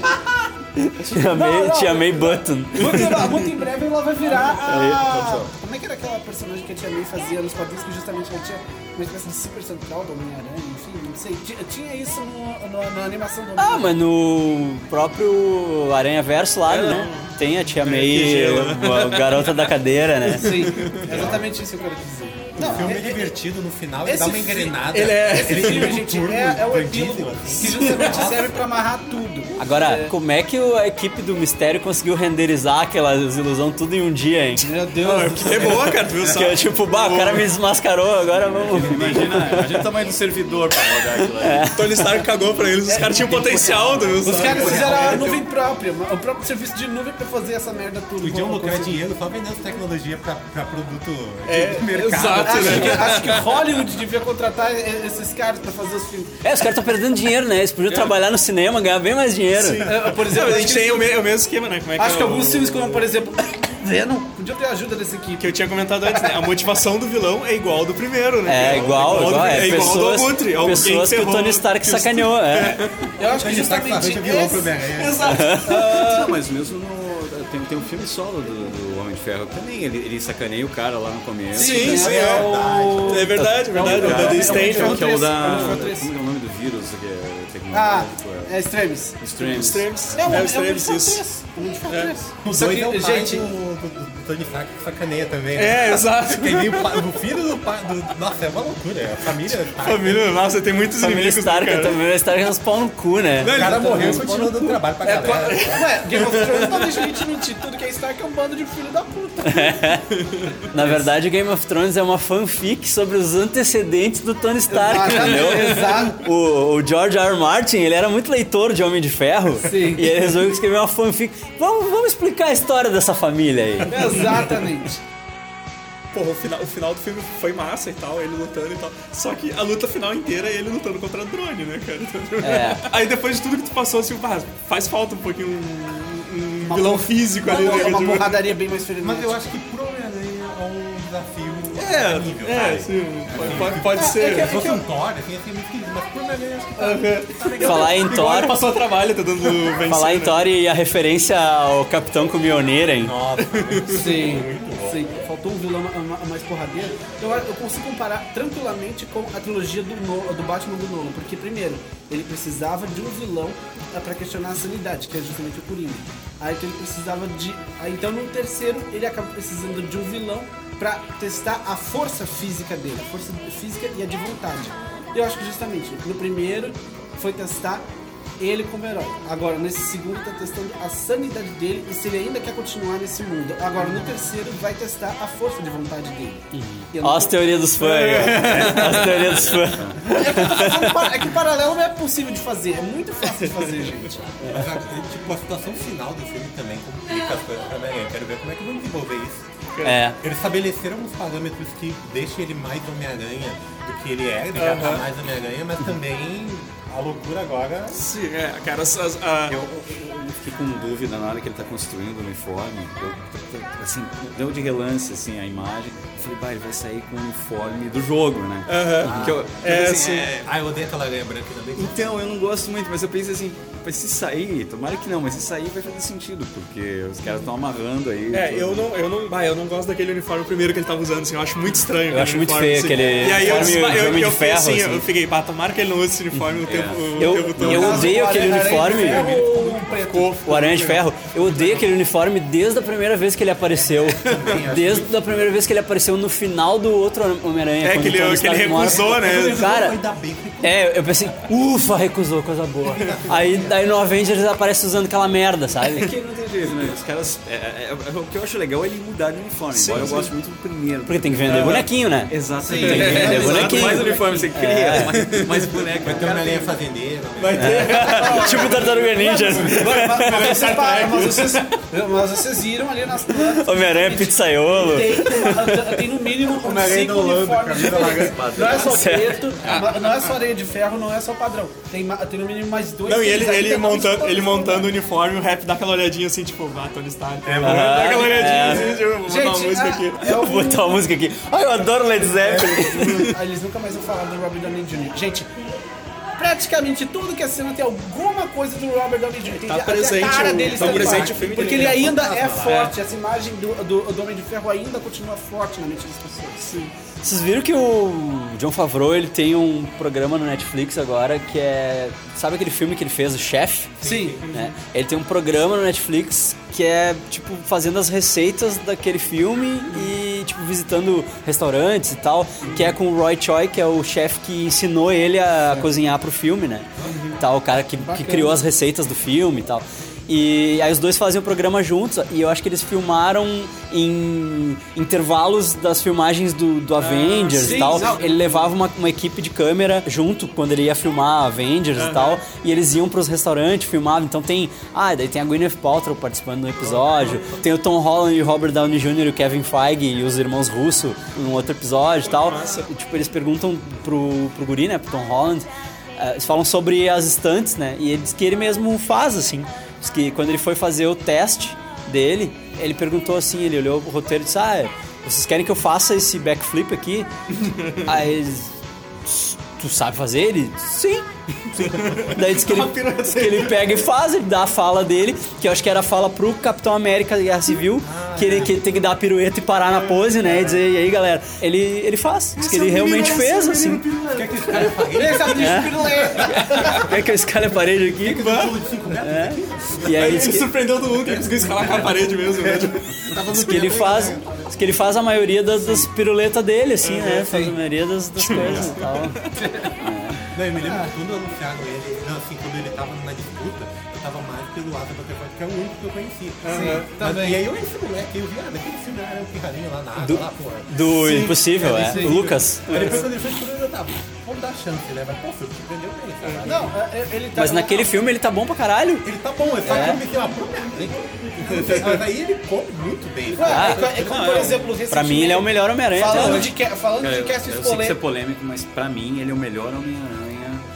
Speaker 5: May Parker.
Speaker 4: Tia May, tia May Button.
Speaker 5: Muito, muito em breve ela vai virar
Speaker 7: tá
Speaker 5: a. Como é que era aquela personagem que a tia May fazia nos quadrinhos que justamente ela tinha uma espécie de super central do Homem-Aranha, enfim, não sei. Ti- Tinha isso no- no- na animação do
Speaker 4: Ah,
Speaker 5: Homem-Aranha.
Speaker 4: mas no próprio Aranha Verso lá, né? Tem a tia May, o- a garota da cadeira,
Speaker 6: Ah,
Speaker 4: né?
Speaker 5: Sim, é exatamente isso que eu quero dizer.
Speaker 7: O filme é
Speaker 5: é- é-
Speaker 7: divertido no final, ele
Speaker 5: Esse
Speaker 7: dá uma
Speaker 5: fi-
Speaker 7: engrenada.
Speaker 5: Ele é, esse
Speaker 7: ele
Speaker 5: filme,
Speaker 7: um
Speaker 5: gente,
Speaker 7: turbo
Speaker 5: é, é o
Speaker 7: grandíssimo,
Speaker 5: epílogo
Speaker 7: assim.
Speaker 5: que justamente serve pra amarrar tudo.
Speaker 4: Agora, como é que o- a equipe do Mistério conseguiu renderizar aquelas ilusões tudo em um dia, hein?
Speaker 5: Meu
Speaker 6: Não, é
Speaker 5: Deus.
Speaker 6: porque é boa, cara, tu viu só?
Speaker 4: Que eu, tipo, bah, o cara me desmascarou, agora vamos.
Speaker 8: Imagina, imagina o tamanho do servidor pra rodar aquilo ali.
Speaker 6: Tony Stark cagou pra eles, os caras tinham potencial, tu viu só?
Speaker 5: É, Os caras fizeram a nuvem
Speaker 7: um-
Speaker 5: própria, o próprio serviço de nuvem pra fazer essa merda tudo.
Speaker 7: Podiam
Speaker 5: Como-
Speaker 7: lucrar
Speaker 5: como-
Speaker 7: dinheiro só vendendo tecnologia pra, pra produto de
Speaker 6: É,
Speaker 7: mercado.
Speaker 6: exato,
Speaker 5: Acho que,
Speaker 6: né?
Speaker 5: acho que Hollywood devia contratar e- esses caras pra fazer os filmes.
Speaker 4: É, os caras estão perdendo dinheiro, né? Eles podiam trabalhar no cinema, ganhar bem mais dinheiro.
Speaker 5: É, Por
Speaker 6: Não,
Speaker 5: exemplo,
Speaker 6: a
Speaker 5: acho
Speaker 6: gente
Speaker 5: que,
Speaker 6: tem o, me- o mesmo esquema, né? Como é que
Speaker 5: acho
Speaker 6: é
Speaker 5: que
Speaker 6: o-
Speaker 5: alguns filmes, como por exemplo Venom, podiam ter ajuda dessa
Speaker 6: Que
Speaker 5: equipe.
Speaker 6: eu tinha comentado antes, né? A motivação do vilão é igual do primeiro, né?
Speaker 4: É igual,
Speaker 6: do-
Speaker 4: igual, é,
Speaker 6: é igual
Speaker 4: pessoas,
Speaker 6: do Abutre. alguém
Speaker 4: pessoas que o
Speaker 6: ferrou-
Speaker 4: Tony Stark sacaneou, é.
Speaker 5: Eu acho que
Speaker 7: Tony Stark
Speaker 5: justamente
Speaker 7: arranja vilão pro
Speaker 5: esse-
Speaker 7: Homem-Aranha.
Speaker 5: Exato.
Speaker 8: Não, mas mesmo no. Tem, tem um filme solo do, do Homem de Ferro também. Ele, ele sacaneia o cara lá no começo.
Speaker 6: Sim, sim, é.
Speaker 7: Verdade.
Speaker 6: É verdade, é verdade. O da The Stand,
Speaker 8: Tem um que é o da.
Speaker 5: Homem de Ferro três.
Speaker 8: Como é que é o nome do vírus que é
Speaker 5: Ah,
Speaker 8: tecnológico?
Speaker 5: é Extremes.
Speaker 8: é. Streams.
Speaker 6: Extremes.
Speaker 5: É o
Speaker 6: É,
Speaker 5: Homem
Speaker 6: os
Speaker 5: de Ferro
Speaker 6: Extremes,
Speaker 5: 3.
Speaker 6: isso.
Speaker 5: O Homem de Ferro 3.
Speaker 7: É. O
Speaker 5: Só
Speaker 7: dois
Speaker 5: que,
Speaker 7: é o pai
Speaker 5: gente,
Speaker 7: do, do- do Tony Stark que sacaneia também, né?
Speaker 6: É, exato.
Speaker 7: Tem meio pa- o filho do pai. Do, nossa, é uma loucura. A família. tá, Stark.
Speaker 6: Família, nossa, tem muitos
Speaker 4: Família
Speaker 6: inimigos.
Speaker 4: Stark
Speaker 6: cara.
Speaker 4: também, o Stark é uns pau no cu, né?
Speaker 7: O
Speaker 6: tá
Speaker 7: cara morreu e
Speaker 5: Pode-
Speaker 7: continua dando trabalho pra
Speaker 5: É,
Speaker 7: galera.
Speaker 5: qua- Ué, Game of Thrones não deixa a gente mentir. Tudo que é Stark é um bando de filho da puta.
Speaker 4: Na verdade, o Game of Thrones é uma fanfic sobre os antecedentes do Tony
Speaker 7: Ah,
Speaker 4: Stark, entendeu?
Speaker 5: Exato.
Speaker 4: O, o George R. R. Martin, ele era muito leitor de Homem de Ferro.
Speaker 5: Sim.
Speaker 4: E ele resolveu escrever uma fanfic. Vamos, vamos explicar a história dessa família aí.
Speaker 5: Exatamente.
Speaker 6: Porra, o final, o final do filme foi massa e tal, ele lutando e tal. Só que a luta final inteira é ele lutando contra drone, né, cara?
Speaker 4: É.
Speaker 6: Aí depois de tudo que tu passou, assim, pá, faz falta um pouquinho um, um
Speaker 5: Uma
Speaker 6: vilão
Speaker 5: por-
Speaker 6: físico
Speaker 7: é
Speaker 6: ali,
Speaker 5: Uma,
Speaker 6: né?
Speaker 5: uma
Speaker 6: tipo-
Speaker 5: porradaria bem mais feliz.
Speaker 7: Mas eu acho que pro Homem-Aranha é um desafio
Speaker 6: É,
Speaker 7: nível.
Speaker 6: é, sim, É, pode- pode, pode
Speaker 7: Se
Speaker 6: ser.
Speaker 7: fosse um Thor, assim, ia ser muito esquisito, mas pro Homem-Aranha eu acho que tá.
Speaker 4: Falar
Speaker 6: Igual
Speaker 4: em
Speaker 6: ele
Speaker 4: Thor.
Speaker 6: passou trabalho tentando vencer.
Speaker 4: Falar em
Speaker 6: né?
Speaker 4: Thor e a referência ao Capitão com Mjolnir, hein?
Speaker 5: Sim, sim. Faltou um vilão ma- ma- mais porradeiro. Eu, a- eu consigo comparar tranquilamente com a trilogia do, No- do Batman do Nolan. Porque, primeiro, ele precisava de um vilão ah, pra questionar a sanidade, que é justamente o Coringa. Aí então, ele precisava de... Aí, então, no terceiro, ele acaba precisando de um vilão pra testar a força física dele. A força física e a de vontade. Eu acho que, justamente, no primeiro foi testar ele como herói. Agora, nesse segundo, tá testando a sanidade dele e se ele ainda quer continuar nesse mundo. Agora, no terceiro, vai testar a força de vontade dele. E eu não-
Speaker 4: Ó as teorias dos fãs aí, ó. As teorias dos fãs.
Speaker 5: É que o paralelo não é possível de fazer, é muito fácil de fazer, gente.
Speaker 7: Mas, a- tipo, a situação final do filme também complica as coisas pro Homem-Aranha. Quero ver como é que vão desenvolver isso.
Speaker 4: É.
Speaker 7: Eles estabeleceram uns parâmetros que deixam ele mais Homem-Aranha do que ele é, ele já tá mais Homem-Aranha, mas também a loucura agora.
Speaker 6: Sim, é, cara, as- as- a-
Speaker 8: Eu, eu fiquei com dúvida na hora que ele tá construindo o uniforme. Eu, assim, deu de relance assim, a imagem. Eu falei, bah, ele vai sair com o uniforme do jogo, né? Porque eu-
Speaker 6: É,
Speaker 8: assim,
Speaker 6: sim.
Speaker 7: Ah, eu odeio aquela aranha branca também.
Speaker 8: Então, eu não gosto muito, mas eu pensei assim, mas se sair, tomara que não, mas se sair vai fazer sentido, porque os caras estão amarrando aí.
Speaker 6: É,
Speaker 8: tudo.
Speaker 6: eu não, eu não, bah, eu não gosto daquele uniforme primeiro que ele tava usando, assim, eu acho muito estranho. aquele
Speaker 4: acho muito
Speaker 6: uniforme,
Speaker 4: feio
Speaker 6: assim.
Speaker 4: aquele
Speaker 6: E aí eu,
Speaker 4: uniforme
Speaker 6: disse, bah,
Speaker 4: de
Speaker 6: eu,
Speaker 4: homem
Speaker 6: eu
Speaker 4: de
Speaker 6: fiquei
Speaker 4: ferro,
Speaker 6: assim,
Speaker 4: assim. É.
Speaker 6: eu fiquei, pá, tomara que ele não use esse uniforme o tempo, um o
Speaker 4: Eu,
Speaker 6: tempo todo.
Speaker 4: eu odeio aquele uniforme.
Speaker 6: Ficou-
Speaker 4: O Aranha de Ferro, eu odeio aquele uniforme desde a primeira vez que ele apareceu. Desde a primeira vez que ele apareceu no final do outro Homem-Aranha.
Speaker 6: É,
Speaker 4: quando
Speaker 6: que ele-
Speaker 4: o Tony
Speaker 6: que ele
Speaker 4: Stark morre.
Speaker 6: recusou, né?
Speaker 4: Cara,
Speaker 7: Ainda bem que
Speaker 4: é, eu pensei, ufa, recusou, coisa boa. Aí, aí no Avengers aparece usando aquela merda, sabe?
Speaker 5: Quem não tem
Speaker 8: jeito, né? Os caras. é- é- é- o que eu acho legal é ele mudar de uniforme.
Speaker 6: Sim,
Speaker 8: embora
Speaker 6: sim.
Speaker 8: eu gosto muito do primeiro.
Speaker 4: Porque tem que vender bonequinho, né?
Speaker 8: Exatamente.
Speaker 4: Tem que vender
Speaker 8: Exato,
Speaker 4: bonequinho.
Speaker 8: Mais uniforme você cria, né? mais, mais
Speaker 4: é
Speaker 8: boneco.
Speaker 7: Vai ter uma linha fazendeira. né? Vai
Speaker 4: tipo Tartaruga Ninja.
Speaker 5: Mas vocês, param, mas vocês, mas vocês viram ali nas plantas.
Speaker 4: Homem-Aranha pizzaiolo.
Speaker 5: Tem, tem no mínimo uns
Speaker 7: Homem-Aranha da
Speaker 5: cinco
Speaker 7: Holanda,
Speaker 5: uniformes
Speaker 7: camisa
Speaker 5: diferentes. Não é só
Speaker 4: Certo.
Speaker 5: preto, não é só areia de ferro, não é só padrão. Tem, ma- tem no mínimo mais dois.
Speaker 6: Não, e
Speaker 5: três
Speaker 6: ele,
Speaker 5: ali,
Speaker 6: ele,
Speaker 4: tá
Speaker 5: tem uma
Speaker 6: montando,
Speaker 5: mistura.
Speaker 4: assim,
Speaker 6: ele
Speaker 4: né?
Speaker 6: montando o uniforme, o rap dá aquela olhadinha assim, tipo, vá, Tony Stark. É,
Speaker 7: mano.
Speaker 6: Dá aquela olhadinha
Speaker 4: É.
Speaker 6: assim, tipo, vou botar uma
Speaker 5: Gente,
Speaker 6: música
Speaker 5: ah,
Speaker 6: aqui.
Speaker 5: é o-
Speaker 4: Vou botar uma música aqui. Ai, eu adoro Led Zeppelin.
Speaker 5: Ah, Eles nunca mais vão falar do Robert Downey Jr. Gente, praticamente tudo que é cena tem alguma coisa do Robert Downey Jr. Tem
Speaker 6: Tá
Speaker 5: até
Speaker 6: presente
Speaker 5: a cara
Speaker 6: o-
Speaker 5: dele
Speaker 6: tá
Speaker 5: estando
Speaker 6: presente
Speaker 5: lá.
Speaker 6: o filme
Speaker 5: Porque
Speaker 6: dele,
Speaker 5: ele
Speaker 6: né?
Speaker 5: ainda é forte, essa imagem do, do, do Homem de Ferro ainda continua forte na mente das pessoas. Sim.
Speaker 4: Vocês viram que o John Favreau, ele tem um programa no Netflix agora que é... Sabe aquele filme que ele fez, O Chefe?
Speaker 5: Sim.
Speaker 4: né? Ele tem um programa no Netflix que é, tipo, fazendo as receitas daquele filme e, tipo, visitando restaurantes e tal, que é com o Roy Choi, que é o chefe que ensinou ele a cozinhar pro filme, né? Tal, o cara que, que criou as receitas do filme e tal. E aí os dois fazem o programa juntos e eu acho que eles filmaram em intervalos das filmagens do, do Avengers
Speaker 5: sim,
Speaker 4: e tal.
Speaker 5: não.
Speaker 4: Ele levava uma, uma equipe de câmera junto quando ele ia filmar Avengers e tal. E eles iam pros restaurantes, filmavam. Então tem. Ah, daí tem a Gwyneth Paltrow participando do episódio. Tem o Tom Holland e o Robert Downey Jr. e o Kevin Feige e os irmãos Russo num outro episódio e tal. E, tipo, eles perguntam pro, pro Guri, né? Pro Tom Holland. eh, eles falam sobre as estantes, né? E ele diz que ele mesmo faz, assim. Diz que quando ele foi fazer o teste dele, ele perguntou assim, ele olhou o roteiro e disse, ah, vocês querem que eu faça esse backflip aqui? Aí eles, tu sabe fazer? Ele, sim. Daí diz que ele, diz que ele pega e faz, ele dá a fala dele, que eu acho que era a fala pro Capitão América da Guerra Civil, que, ele, que ele tem que dar a pirueta e parar na pose, né? E dizer, e aí galera, ele, ele faz, diz que ele realmente fez, assim.
Speaker 7: Quer que os caras paguem?
Speaker 5: Esse é o bicho piruleta.
Speaker 4: É que eu escalei a parede aqui.
Speaker 7: Quer que eu pulo de 5 metros?
Speaker 4: É? E aí
Speaker 6: Ele
Speaker 4: diz
Speaker 6: se
Speaker 4: que,
Speaker 6: surpreendeu do um que conseguiu escalar com a parede mesmo, né? Tipo,
Speaker 4: diz que ele
Speaker 7: né?
Speaker 4: faz. diz que ele faz a maioria das, das piruletas dele, assim, né? Faz a maioria das, das coisas e tal.
Speaker 7: Não, eu me
Speaker 4: Ah.
Speaker 7: lembro que quando anunciaram ele, não, assim, quando ele tava na disputa, eu tava mais pelo Asa Butterfly, que é o único que eu conhecia. Sim, também. E aí eu esse moleque, eu vi, ah, daquele filme era o Pirralhinho lá na água, lá, porra.
Speaker 4: Do Impossível, é. O Lucas.
Speaker 7: Aí depois quando ele foi escolher, eu tava, vamos dar chance, né? Mas, pô, filho, te prendeu bem, sabe?
Speaker 5: Não, é- é- ele tá.
Speaker 4: Mas naquele filme ele tá bom pra caralho.
Speaker 7: Ele tá bom, ele só
Speaker 5: É.
Speaker 7: que ele meteu uma puta hein? Eu não sei, Mas né? aí ele come muito bem.
Speaker 5: Ué,
Speaker 7: sabe?
Speaker 5: é co- é como, por exemplo,
Speaker 4: Ah, Pra mim ele é o melhor Homem-Aranha. até
Speaker 5: Falando
Speaker 4: hoje.
Speaker 5: de, ca- falando
Speaker 8: Cara,
Speaker 5: de
Speaker 8: eu,
Speaker 5: cast
Speaker 8: eu sei que isso é
Speaker 5: polêmico.
Speaker 8: polêmico, mas pra mim ele é o melhor Homem-Aranha.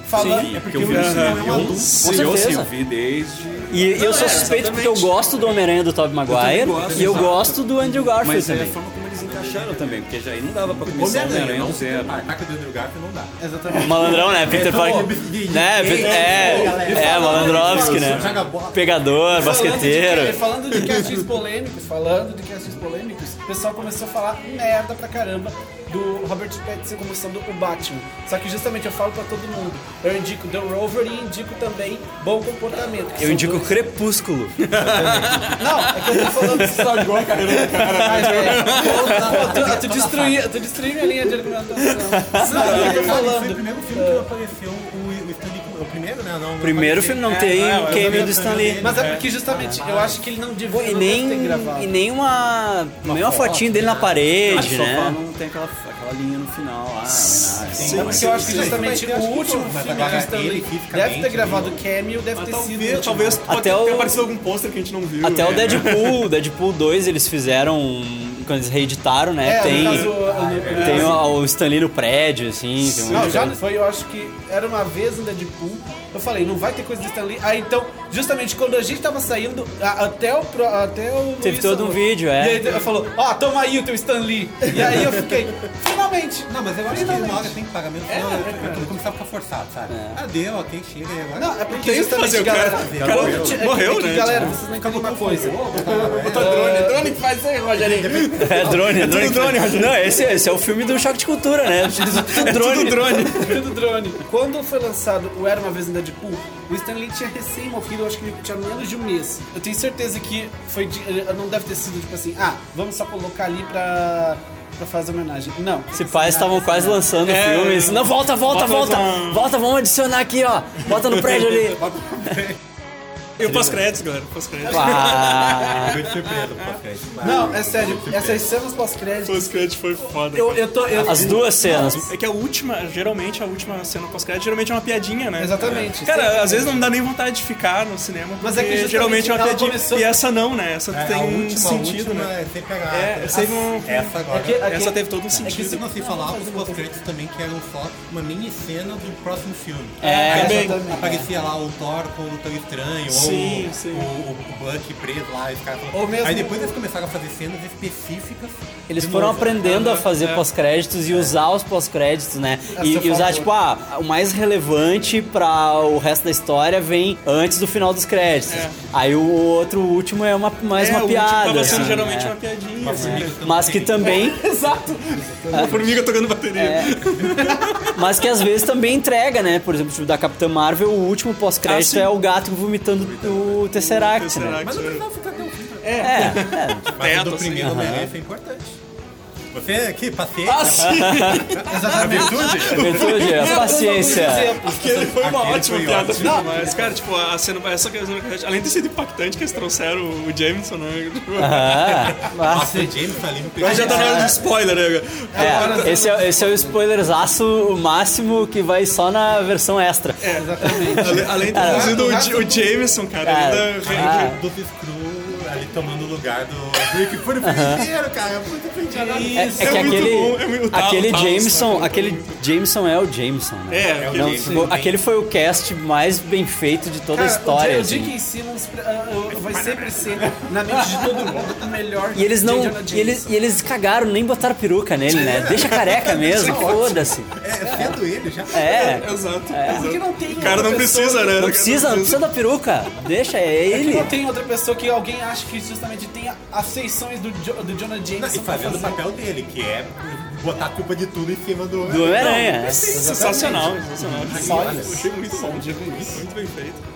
Speaker 5: Falando-
Speaker 8: Sim,
Speaker 5: é
Speaker 8: porque eu vi no cinema.
Speaker 7: é um adulto.
Speaker 8: Eu, sim, eu, sim,
Speaker 4: certeza.
Speaker 8: eu vi desde.
Speaker 4: E eu sou suspeito porque eu gosto do Homem-Aranha do Tobey Maguire
Speaker 8: Eu também gosto,
Speaker 4: e eu
Speaker 8: exato.
Speaker 4: gosto do Andrew Garfield
Speaker 8: Mas é a
Speaker 4: também.
Speaker 8: forma como eles encaixaram também, porque já aí não dava pra
Speaker 5: é
Speaker 8: começar
Speaker 5: um
Speaker 8: o
Speaker 7: Homem-Aranha,
Speaker 8: Homem-Aranha
Speaker 7: não
Speaker 8: do
Speaker 7: zero.
Speaker 8: zero.
Speaker 7: né? Ah, Ataque do Andrew Garfield não dá.
Speaker 5: Exatamente.
Speaker 4: Malandrão, né? Peter
Speaker 7: tô-
Speaker 4: Parker. Né?
Speaker 7: Ei,
Speaker 4: Pe-
Speaker 7: ei, ei, galera.
Speaker 4: É, é, Malandrovski, né?
Speaker 7: Joga bola.
Speaker 4: Pegador,
Speaker 5: Falando de,
Speaker 4: basqueteiro.
Speaker 5: falando de castes polêmicos, falando de castes polêmicos, o pessoal começou a falar merda pra caramba do Robert Pattinson como sendo o Batman. Só que justamente eu falo pra todo mundo, eu indico The Rover e indico também Bom Comportamento. que
Speaker 4: Eu
Speaker 5: são
Speaker 4: indico
Speaker 5: dois-
Speaker 4: Crepúsculo.
Speaker 5: Não, é que eu tô falando
Speaker 7: Estragou a carreira do cara.
Speaker 5: Mas, é, pô, tu, tu, destruí, tu destruí minha linha de argumentação. Sabe o que eu tô
Speaker 7: Foi o
Speaker 5: tá falando?
Speaker 7: primeiro filme que apareceu o, o Stanley Kubrick. O primeiro, né? Não, não
Speaker 4: Primeiro
Speaker 7: apareceu.
Speaker 4: filme não tem
Speaker 6: não, eu
Speaker 4: o cameo
Speaker 7: também
Speaker 4: do
Speaker 7: tô
Speaker 4: Stanley.
Speaker 7: vendo.
Speaker 5: Mas é porque justamente eu acho que ele não devia
Speaker 4: E
Speaker 5: não deve ter
Speaker 4: nem,
Speaker 5: gravado.
Speaker 4: e nem uma, nem uma fotinho dele na parede,
Speaker 8: Mas só
Speaker 4: né?
Speaker 8: falam, tem aquela, aquela linha no final lá, homenagem.
Speaker 7: Sim,
Speaker 5: É
Speaker 7: mas
Speaker 5: porque eu acho que
Speaker 7: sim,
Speaker 5: justamente
Speaker 7: sim.
Speaker 5: o último
Speaker 7: Mas
Speaker 5: filme
Speaker 7: agora
Speaker 5: que Stanley
Speaker 7: ele fisicamente,
Speaker 5: deve ter
Speaker 7: né?
Speaker 5: gravado o cameo, deve
Speaker 6: mas
Speaker 5: ter
Speaker 6: talvez,
Speaker 5: sido. tipo,
Speaker 6: talvez pode
Speaker 4: Até
Speaker 6: ter
Speaker 4: o-
Speaker 6: aparecido algum pôster que a gente não viu.
Speaker 4: Até o
Speaker 6: né?
Speaker 4: Deadpool, Deadpool 2 eles fizeram, um- quando eles reeditaram, né?
Speaker 5: É,
Speaker 4: Tem,
Speaker 5: no caso, é. no-
Speaker 4: tem o, o Stanley no prédio, assim. tem um monte
Speaker 5: Não,
Speaker 4: de
Speaker 5: já
Speaker 4: coisa.
Speaker 5: não foi, eu acho que era uma vez no Deadpool. Eu falei, não vai ter coisa do Stanley. Aí então, justamente quando a gente tava saindo, a- até o. pro- Até o
Speaker 4: Teve todo um vídeo, é.
Speaker 5: E aí ele falou, ó, toma aí o teu Stanley. E aí eu fiquei, finalmente.
Speaker 7: Não, mas eu acho que uma hora tem que pagar menos.
Speaker 5: É,
Speaker 7: senão eu-
Speaker 5: é,
Speaker 7: eu, eu começava a ficar forçado, sabe? Ah, deu, ok, chega. e agora-
Speaker 5: Não, é porque
Speaker 6: Tem o que
Speaker 5: justamente,
Speaker 6: fazer, o
Speaker 5: galera.
Speaker 6: cara-
Speaker 5: é
Speaker 6: o cara
Speaker 5: porque- é que-
Speaker 6: morreu,
Speaker 5: é que,
Speaker 6: né?
Speaker 5: Galera, vocês não entendem uma coisa.
Speaker 6: Drone, drone que faz isso aí, Rogerinho.
Speaker 4: É drone, é drone. Não, esse, esse é o filme do choque de cultura, né? Tudo drone.
Speaker 5: Tudo drone. Quando foi lançado o Era Uma Vez no Deadpool, o Stan Lee tinha recém morrido, eu acho que ele tinha menos de um mês. Eu tenho certeza que foi de- eh, não deve ter sido tipo assim, ah, vamos só colocar ali pra, pra fazer homenagem. Não.
Speaker 4: Esses pais estavam quase lançando o filme. eles, Não, volta, volta,
Speaker 6: É. Bota
Speaker 4: volta.
Speaker 6: mais um.
Speaker 4: Volta, vamos adicionar aqui, ó. Bota no prédio ali.
Speaker 6: E o pós-créditos, galera, o pós-créditos.
Speaker 4: Ah, Pá.
Speaker 7: Muito surpreso com vocês. Mas-
Speaker 5: Não, é sério, essas cenas
Speaker 6: O
Speaker 5: pós-crédito.
Speaker 6: pós-crédito foi foda.
Speaker 5: Eu,
Speaker 6: cara.
Speaker 5: eu tô. Eu,
Speaker 4: As duas cenas.
Speaker 6: É que a última, geralmente a última cena pós-crédito, geralmente é uma piadinha, né?
Speaker 5: Exatamente.
Speaker 6: Cara, às vezes não dá nem vontade de ficar no cinema,
Speaker 5: Mas
Speaker 6: mas
Speaker 5: é que
Speaker 6: é que
Speaker 5: justamente
Speaker 6: geralmente é uma
Speaker 5: ela
Speaker 6: piadinha.
Speaker 5: começou-
Speaker 6: E essa não, né? Essa
Speaker 7: É,
Speaker 6: tem
Speaker 7: a
Speaker 6: um
Speaker 7: última,
Speaker 6: sentido,
Speaker 7: a última
Speaker 6: né?
Speaker 7: é sempre a gata.
Speaker 6: É, sempre um-
Speaker 7: Essa agora.
Speaker 6: Essa teve todo um
Speaker 7: É que se
Speaker 6: sentido.
Speaker 7: não se falar, os pós-créditos um também que eram só uma mini cena do próximo filme.
Speaker 4: É,
Speaker 7: Aí
Speaker 6: também.
Speaker 7: só Aparecia lá o Thor com o Tão Estranho,
Speaker 6: Sim,
Speaker 7: ou
Speaker 6: sim.
Speaker 7: O, o Buck preso lá, e os caras falando.
Speaker 5: Ou mesmo-
Speaker 7: Aí depois eles começaram a fazer cenas específicas.
Speaker 4: Eles
Speaker 7: de
Speaker 4: foram
Speaker 7: novo.
Speaker 4: aprendendo a
Speaker 7: Aham,
Speaker 4: fazer
Speaker 7: é.
Speaker 4: pós-créditos e usar os pós-créditos, né?
Speaker 6: É,
Speaker 4: E,
Speaker 5: Essa
Speaker 4: e usar,
Speaker 5: faltou.
Speaker 4: tipo, ah, o mais relevante pra o resto da história vem antes do final dos créditos.
Speaker 6: É.
Speaker 4: Aí o outro o último é uma, mais
Speaker 6: é,
Speaker 4: uma
Speaker 6: o último
Speaker 4: piada.
Speaker 6: Tava sendo
Speaker 4: assim,
Speaker 6: geralmente é
Speaker 4: né?
Speaker 6: uma É, piadinha. assim.
Speaker 7: Uma formiga tocando
Speaker 4: Mas que
Speaker 7: bateria.
Speaker 4: também.
Speaker 6: Uma formiga tocando bateria.
Speaker 4: Mas que às vezes também entrega, né? Por exemplo, tipo, da Capitã Marvel, o último
Speaker 6: Ah,
Speaker 4: pós-crédito
Speaker 6: sim.
Speaker 4: é o gato vomitando o Tesseract, né?
Speaker 6: Tesseract,
Speaker 7: Mas não
Speaker 6: é.
Speaker 7: precisava ficar tão fim.
Speaker 4: É,
Speaker 7: Mas o
Speaker 6: Teto,
Speaker 7: do
Speaker 6: assim,
Speaker 7: primeiro
Speaker 6: aham.
Speaker 7: Homem-Aranha foi é importante. Você é aqui, passei.
Speaker 6: Ah, sim!
Speaker 7: é
Speaker 6: Ah,
Speaker 4: virtude, a paciência.
Speaker 6: Aquele foi uma
Speaker 7: Aquele
Speaker 6: ótima
Speaker 7: foi
Speaker 6: piada.
Speaker 7: ótimo.
Speaker 6: Não, mas, cara, tipo, a cena, essa cena, além de ser impactante que eles trouxeram o Jameson, né?
Speaker 4: Ah, mas-
Speaker 7: Nossa, o James tá ali no
Speaker 6: Mas já tá na hora do spoiler, né? cara?
Speaker 4: É, esse é, esse é o spoilerzaço máximo que vai só na versão extra.
Speaker 6: É, Ale- Além de ter trazido o, Ja- o Jameson, cara, tá
Speaker 4: Cara,
Speaker 7: é.
Speaker 6: ainda vem-
Speaker 4: ah,
Speaker 7: do Screw ali tomando o lugar do Rick por inteiro, cara. Muito penteado.
Speaker 4: É, é que
Speaker 6: é muito
Speaker 4: aquele,
Speaker 6: bom, é muito- o Talos,
Speaker 4: aquele
Speaker 6: Talos,
Speaker 4: Jameson,
Speaker 6: né?
Speaker 4: aquele Jameson é o Jameson, né?
Speaker 6: É,
Speaker 7: É o
Speaker 6: aquele-
Speaker 4: Não,
Speaker 7: Jameson.
Speaker 4: tipo, aquele foi o cast mais bem feito de toda
Speaker 5: Cara,
Speaker 4: a história.
Speaker 5: O,
Speaker 4: assim.
Speaker 5: J- o Dick Simmons ah, eu- vai sempre ser, na mente de todo mundo, o melhor
Speaker 4: E eles não.
Speaker 5: Indiana Jones.
Speaker 4: E eles, e eles cagaram, nem botaram peruca nele, né? Deixa
Speaker 6: é
Speaker 4: careca mesmo, foda-se.
Speaker 7: É, sendo ele já.
Speaker 4: É.
Speaker 6: Exato.
Speaker 5: Porque não tem
Speaker 6: O cara não precisa, né?
Speaker 4: Não precisa, não precisa da peruca. Deixa, é
Speaker 5: É que
Speaker 4: ele.
Speaker 5: não tem outra pessoa que alguém acha que justamente tenha aceições do, jo, do Jonah
Speaker 7: Não,
Speaker 5: Jameson
Speaker 7: E
Speaker 6: tá
Speaker 5: pra
Speaker 7: fazendo o
Speaker 5: fazer.
Speaker 7: papel dele, que é botar a culpa de tudo em cima do.
Speaker 4: Do Homem-Aranha.
Speaker 6: é Sensacional, sensacional. Achei, achei muito bom, muito bem feito.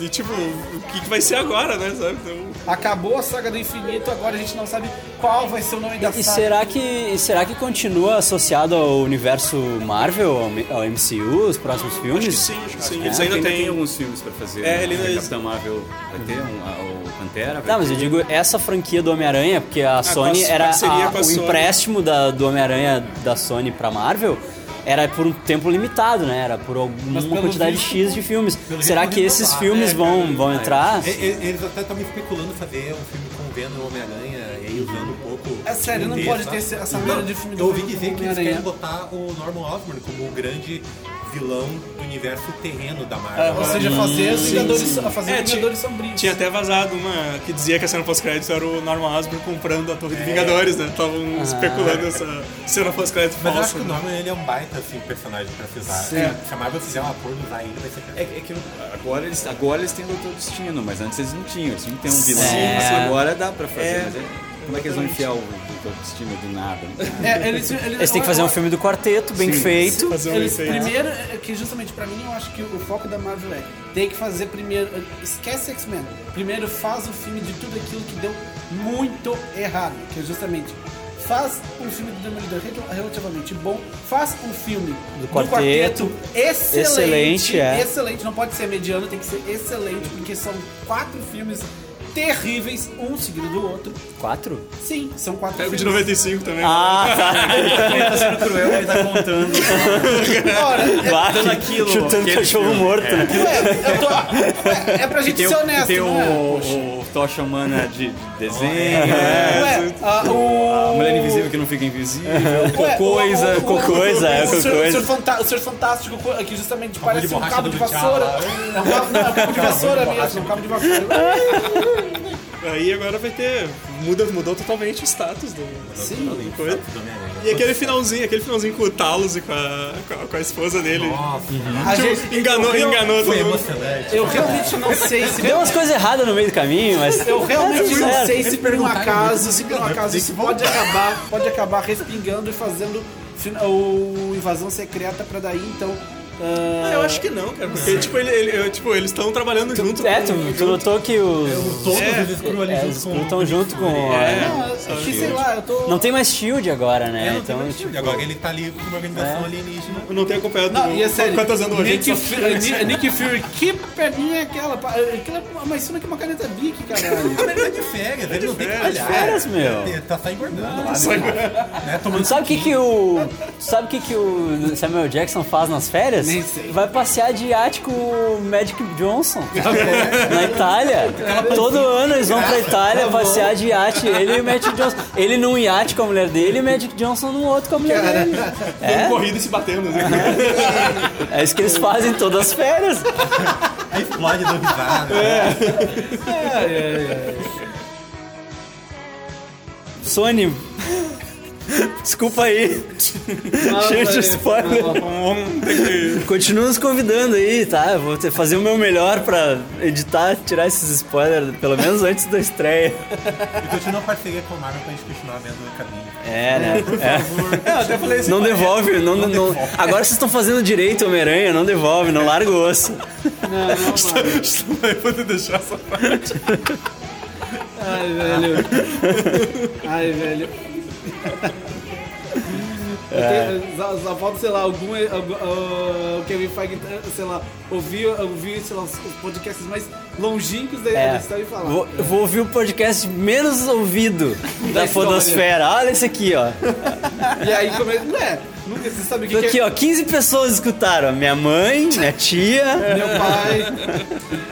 Speaker 6: E, e, tipo, o que, que vai ser agora, né? Sabe? Então,
Speaker 5: Acabou a saga do infinito, agora a gente não sabe qual vai ser o nome da
Speaker 4: E
Speaker 5: saga.
Speaker 4: será que, e será que continua associado ao universo Marvel, ao, ao MCU, os próximos filmes?
Speaker 6: acho que sim, acho que sim. Eles
Speaker 8: Porque
Speaker 6: ainda
Speaker 8: ainda tem um-
Speaker 6: têm.
Speaker 8: alguns filmes pra fazer.
Speaker 6: É,
Speaker 8: né?
Speaker 6: ele
Speaker 8: A
Speaker 6: ainda-
Speaker 8: Capitã Marvel vai ter um, a- o Pantera. Vai
Speaker 4: Não, Tá, mas eu
Speaker 8: ter.
Speaker 4: digo essa franquia do Homem-Aranha, porque a Sony
Speaker 6: a
Speaker 4: era
Speaker 6: É, parceria
Speaker 4: a-
Speaker 6: com a
Speaker 4: o
Speaker 6: Sony.
Speaker 4: empréstimo da- do Homem-Aranha da Sony pra Marvel era por um tempo limitado, né? Era por alguma
Speaker 7: pelo
Speaker 4: quantidade
Speaker 7: visto,
Speaker 4: X de filmes.
Speaker 7: pelo
Speaker 4: Será
Speaker 7: visto,
Speaker 4: que esses
Speaker 7: renovar,
Speaker 4: filmes
Speaker 7: né, é,
Speaker 4: vão, vão entrar?
Speaker 7: E- e- Eles até estavam especulando fazer um filme com o Venom e o Homem-Aranha e aí usando um pouco.
Speaker 5: É sério, não
Speaker 7: desse,
Speaker 5: pode
Speaker 7: sabe?
Speaker 5: ter esse- essa
Speaker 7: Não,
Speaker 5: merda de filme do
Speaker 7: Eu ouvi
Speaker 5: Venom e
Speaker 7: dizer que eles
Speaker 5: Homem-Aranha.
Speaker 7: querem botar o Norman Osborn como o grande vilão do universo terreno da Marvel.
Speaker 5: É, Ou seja, fazer os Vingadores, fazer
Speaker 6: É,
Speaker 5: os
Speaker 6: tinha-
Speaker 5: Vingadores Sombrios.
Speaker 6: Tinha até vazado uma que dizia que a cena pós-crédito era o Norman Osborn comprando a Torre de Vingadores, né? Estavam especulando essa cena pós-crédito
Speaker 7: Mas eu
Speaker 6: falsa.
Speaker 7: acho
Speaker 5: né?
Speaker 7: que o Norman ele é um baita assim, personagem pra se usar. Se- Se a Marvel fizer um acordo usar ele, vai ser
Speaker 8: É, é que agora eles, agora eles têm o Doutor Destino, mas antes eles não tinham. Eles tinham que ter um vilão.
Speaker 4: Sim,
Speaker 8: Mas
Speaker 4: sim.
Speaker 8: agora dá pra fazer.
Speaker 6: É.
Speaker 8: mas é- como é que eles vão enfiar o Doutor Destino do nada?
Speaker 5: É, eles, eles,
Speaker 4: Eles têm que fazer um filme do quarteto, bem feito.
Speaker 6: Fazer um
Speaker 5: Eles
Speaker 6: efeito.
Speaker 5: primeiro, é que justamente pra mim eu acho que o foco da Marvel é tem que fazer primeiro, esquece X-Men, primeiro faz o filme de tudo aquilo que deu muito errado, que é justamente faz um filme do Demolidor rel- relativamente bom, faz um filme do
Speaker 4: Quarteto,
Speaker 5: excelente,
Speaker 4: excelente, é.
Speaker 5: excelente, não pode ser mediano, tem que ser excelente, porque são quatro filmes terríveis, um seguido do outro.
Speaker 4: Quatro?
Speaker 5: Sim, são quatro
Speaker 6: Pega É o de
Speaker 5: filmes.
Speaker 6: 95 também. né?
Speaker 7: Ah, tá.
Speaker 8: Cruel, ele tá contando.
Speaker 5: Ora, é-
Speaker 4: Vai, chutando cachorro morto, né?
Speaker 5: é, eu tô- é, é pra gente
Speaker 8: Tem,
Speaker 5: ser honesto,
Speaker 8: o, tem
Speaker 5: não é?
Speaker 8: o, o Tocha Humana de, de desenho,
Speaker 5: Ué, a- o...
Speaker 8: a Mulher Invisível que não fica invisível.
Speaker 4: Cocoisa, cocoisa, Ah, é,
Speaker 5: o Sr.
Speaker 4: cocoisa.
Speaker 5: Sr. Fanta- O Sr. Fantástico, co- que justamente parece um
Speaker 7: borracha
Speaker 5: cabo
Speaker 7: do
Speaker 5: de vassoura.
Speaker 7: T'Challa.
Speaker 5: É um cabo- não, é um cabo de vassoura mesmo, é
Speaker 7: borracha
Speaker 5: um
Speaker 7: do
Speaker 5: cabo de vassoura.
Speaker 6: Aí agora vai ter. Muda, mudou totalmente o status do.
Speaker 5: Sim.
Speaker 6: coisa.
Speaker 7: do Homem-Aranha.
Speaker 6: E aquele finalzinho, aquele finalzinho com o Talos e com a, com a, com a esposa dele.
Speaker 7: Nossa,
Speaker 5: A gente,
Speaker 6: Tipo, enganou, enganou
Speaker 7: foi
Speaker 6: todo mundo.
Speaker 7: emocionante.
Speaker 5: eu realmente não sei
Speaker 7: É.
Speaker 5: se...
Speaker 4: Deu umas coisas erradas no meio do caminho, mas. é,
Speaker 5: Eu realmente não
Speaker 4: Sério.
Speaker 5: sei se por um
Speaker 7: perguntaram
Speaker 5: acaso,
Speaker 7: muito,
Speaker 5: se por um
Speaker 7: né?
Speaker 5: acaso
Speaker 7: Tem
Speaker 5: isso
Speaker 7: que
Speaker 5: pode
Speaker 7: voltar.
Speaker 5: acabar, pode acabar respingando e fazendo fin- o Invasão Secreta pra daí, então...
Speaker 6: Ah, eu acho que não, cara. Porque, tipo, ele, ele- eu- tipo, eles estão trabalhando junto.
Speaker 4: É,
Speaker 6: com-
Speaker 4: tu, tu notou que os.
Speaker 7: Todos
Speaker 6: É,
Speaker 7: os Screw ali
Speaker 4: é,
Speaker 7: junto
Speaker 4: os
Speaker 7: com o
Speaker 4: estão junto com.
Speaker 6: É.
Speaker 5: Ah, é que, sei lá, eu tô...
Speaker 4: Não tem mais shield agora, né?
Speaker 7: É, não tem
Speaker 4: então,
Speaker 7: mais
Speaker 4: tipo, é.
Speaker 7: time. Agora ele tá ali com uma organização alienígena.
Speaker 6: Eu não tenho acompanhado
Speaker 5: Não, Ah, e é sério.
Speaker 6: quantas anos a gente
Speaker 5: Nick,
Speaker 6: só
Speaker 5: Fury, Nick Fury, que perninha é aquela? Pa- aquela é uma- mas isso daqui é uma caneta Bic, caralho.
Speaker 7: Mas ele tá de férias, ele não tem que
Speaker 6: férias.
Speaker 7: trabalhar.
Speaker 4: Tá de férias, meu.
Speaker 7: Ele tá só engordando lá. Né? Tomando
Speaker 4: Sabe o que que o... Sabe o que que o Samuel Jackson faz nas férias?
Speaker 5: Nem sei.
Speaker 4: Vai passear de iate com o Magic Johnson.
Speaker 7: É,
Speaker 4: na Itália. Todo
Speaker 7: assim.
Speaker 4: ano eles vão pra
Speaker 7: Tá
Speaker 4: Itália passear de iate. Ele e o Magic Johnson. Ele num iate com a mulher dele e o Magic Johnson num outro com a mulher dele.
Speaker 6: Dando corrida e se batendo. Assim.
Speaker 4: É isso que eles fazem todas as férias.
Speaker 7: Aí explode do risada.
Speaker 4: Sony... Desculpa aí. Cheio de spoiler.
Speaker 6: Vamos ter que...
Speaker 4: Continua nos convidando aí, tá? Eu vou ter- fazer o meu melhor pra editar, tirar esses spoilers, pelo menos antes da estreia.
Speaker 7: E continua a parceria com o Marvel pra gente continuar vendo o caminho.
Speaker 4: É, né?
Speaker 6: É, eu até falei assim.
Speaker 4: Não devolve, não, não, Agora vocês estão fazendo direito, Homem-Aranha, não devolve, não larga o osso.
Speaker 6: Vai poder deixar essa parte.
Speaker 5: Ai, velho. Ai, velho.
Speaker 4: É.
Speaker 5: Eu tenho- Só, só falta, sei lá, algum. algum- ah, O Kevin Feige, ah, sei lá, ouvir, ouvir sei lá, os os podcasts mais longínquos da
Speaker 4: É.
Speaker 5: história e falar.
Speaker 4: Vou, eu vou ouvir o podcast menos ouvido da Fodosfera. Olha esse aqui, ó.
Speaker 5: E aí começa. Não é? Nunca se sabe o que, que
Speaker 4: Aqui,
Speaker 5: é.
Speaker 4: ó, 15 pessoas escutaram. Minha mãe, minha tia.
Speaker 5: Meu pai.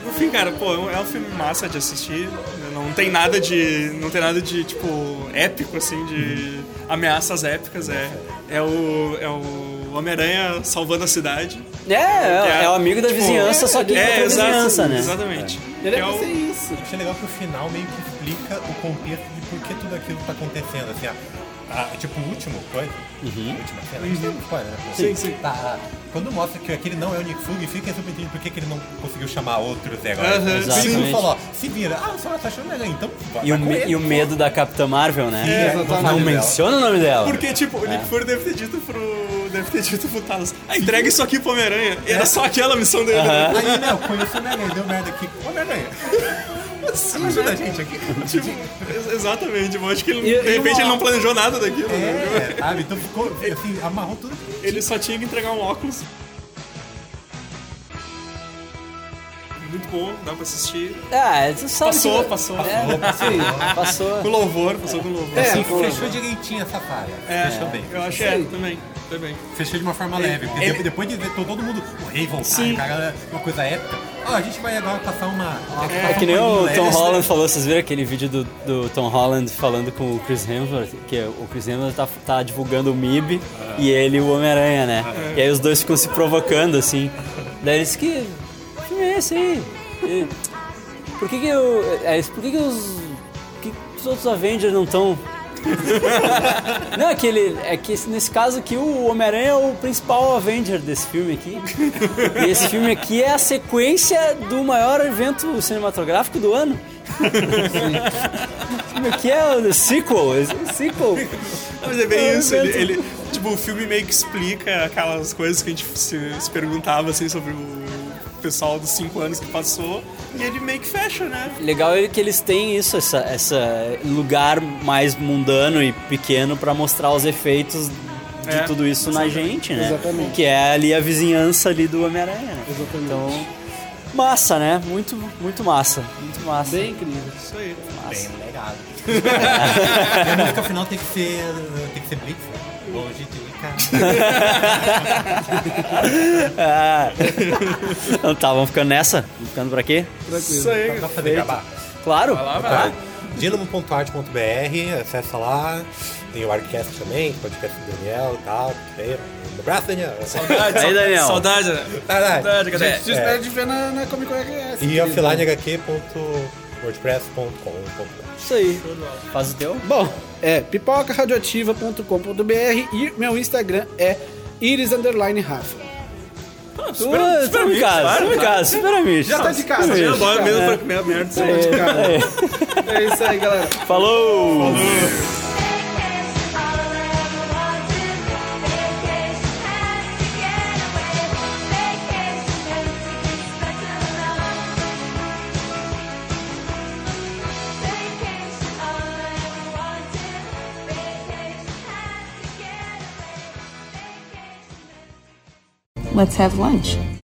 Speaker 6: No fim, cara, pô, é um- é um filme massa de assistir. né? Não tem nada de. Não tem nada de, tipo, épico, assim, de ameaças épicas. É, é o. É o Homem-Aranha salvando a cidade.
Speaker 4: É, é, é o amigo da
Speaker 6: Tipo,
Speaker 4: vizinhança, só que é,
Speaker 6: é,
Speaker 4: outra
Speaker 6: exato,
Speaker 4: vizinhança, né?
Speaker 6: Exatamente.
Speaker 5: Ele
Speaker 6: é
Speaker 5: é
Speaker 6: o-
Speaker 5: pra ser isso.
Speaker 7: Eu achei legal que o final meio que explica o contexto de por que tudo aquilo tá acontecendo, assim, ó. Ah, tipo, o último coisa. Uhum. Última cena. A gente tem um spoiler, né? Sim, sim. Tá, quando mostra que aquele não é o Nick Fury, fica surpreendido por que que ele não conseguiu chamar outros até agora.
Speaker 6: Aham.
Speaker 7: Porque Ele
Speaker 4: Exatamente.
Speaker 7: não falou, ó, se vira. Ah, só tá achando legal, então vai
Speaker 4: E o,
Speaker 7: vai com
Speaker 4: me-
Speaker 7: ele,
Speaker 4: e o
Speaker 7: pô.
Speaker 4: medo da Capitã Marvel, né?
Speaker 7: É,
Speaker 5: Exatamente.
Speaker 7: vou falar
Speaker 4: Não
Speaker 7: dela.
Speaker 4: menciona o nome dela.
Speaker 6: Porque, tipo, o Nick Fury deve ter dito pro. Deve ter dito pro Thanos. Ah, entrega isso aqui pro Homem-Aranha. E
Speaker 4: É?
Speaker 6: Era só aquela missão dele. né?
Speaker 7: Aí, não, conheci o Homem-Aranha, deu merda aqui. Ô, Homem-Aranha, ajuda a gente aqui.
Speaker 6: Tipo, ex- exatamente. Eu acho que ele,
Speaker 5: E-
Speaker 6: de
Speaker 5: e
Speaker 6: repente
Speaker 5: uma-
Speaker 6: ele não planejou nada daquilo. né?
Speaker 7: É, sabe? Então ficou, assim, amarrou tudo.
Speaker 4: É.
Speaker 6: Ele só tinha que entregar um óculos. Muito bom, dá pra assistir.
Speaker 4: Ah, tu sabe
Speaker 6: Passou,
Speaker 4: que... É,
Speaker 6: passou.
Speaker 4: Passou.
Speaker 6: Com louvor, passou com
Speaker 4: Tá
Speaker 6: louvor.
Speaker 4: É.
Speaker 7: Assim, fechou direitinho essa falha. fechou bem.
Speaker 6: Eu acho que é, também. Também.
Speaker 7: Fechou de uma forma leve, porque
Speaker 6: ele-
Speaker 7: depois de ver todo todo mundo, o rei voltar,
Speaker 6: Sim.
Speaker 7: o cara, é uma coisa épica. Ó, a gente vai agora passar uma. uma-
Speaker 4: É que nem
Speaker 7: uma
Speaker 4: o
Speaker 7: leve,
Speaker 4: Tom
Speaker 7: né?
Speaker 4: Holland falou, vocês viram aquele vídeo do, do Tom Holland falando com o Chris Hemsworth, que é- o Chris Hemsworth tá, tá divulgando o MIB e ele o Homem-Aranha, né? E aí os dois ficam se provocando, assim. Daí eles que. "Que filme é esse aí? E, por que que eu. é, eles, por que que os. que os outros Avengers não estão. Não, é que, ele, é que esse- nesse caso aqui o Homem-Aranha é o principal Avenger desse filme aqui. E esse filme aqui é a sequência do maior evento cinematográfico do ano. Esse filme aqui é o sequel, é o sequel.
Speaker 6: Não, mas é bem isso. Ele,
Speaker 4: Evento.
Speaker 6: ele- tipo, o filme meio que explica aquelas coisas que a gente se, se perguntava assim, sobre o pessoal dos cinco anos que passou. E ele meio que fecha, né?
Speaker 4: Legal é que eles têm isso, essa, essa lugar mais mundano e pequeno pra mostrar os efeitos de
Speaker 6: É,
Speaker 4: tudo isso na gente, né? Exatamente. Que é ali a vizinhança ali do Homem-Aranha. Né? Exatamente. Então, massa, né? Muito, muito massa, muito massa.
Speaker 5: Bem incrível.
Speaker 6: Isso aí.
Speaker 7: Bem legado. e a música final tem que ser. tem que ser Blitz, né? Longe de casa.
Speaker 4: Então tá, vamos ficando nessa? Vamos ficando por aqui?
Speaker 6: Isso aí.
Speaker 7: Pra fazer acabar.
Speaker 4: Claro.
Speaker 7: Tá? Dinamo.art.br, acessa lá. Tem o Arcast também, podcast do Daniel e tal. Um abraço, Daniel. É,
Speaker 4: Aí, Daniel.
Speaker 6: Saudade, né? Saudade, cadê?
Speaker 5: Te espero de ver na, na Comic Con RS.
Speaker 7: E offlinehq.wordpress.com.br.
Speaker 4: Isso aí. Faz o teu.
Speaker 5: Bom, é pipocaradioativa.com.br e meu Instagram é iris underline Rafa.
Speaker 4: Super, super em casa, super em casa, super amigo.
Speaker 5: Já tá de casa,
Speaker 4: Super
Speaker 5: já
Speaker 4: amigo.
Speaker 6: Bora mesmo pra comer a merda. isso aí.
Speaker 5: É, cara. é isso aí, galera.
Speaker 4: Falou!
Speaker 3: Let's have lunch.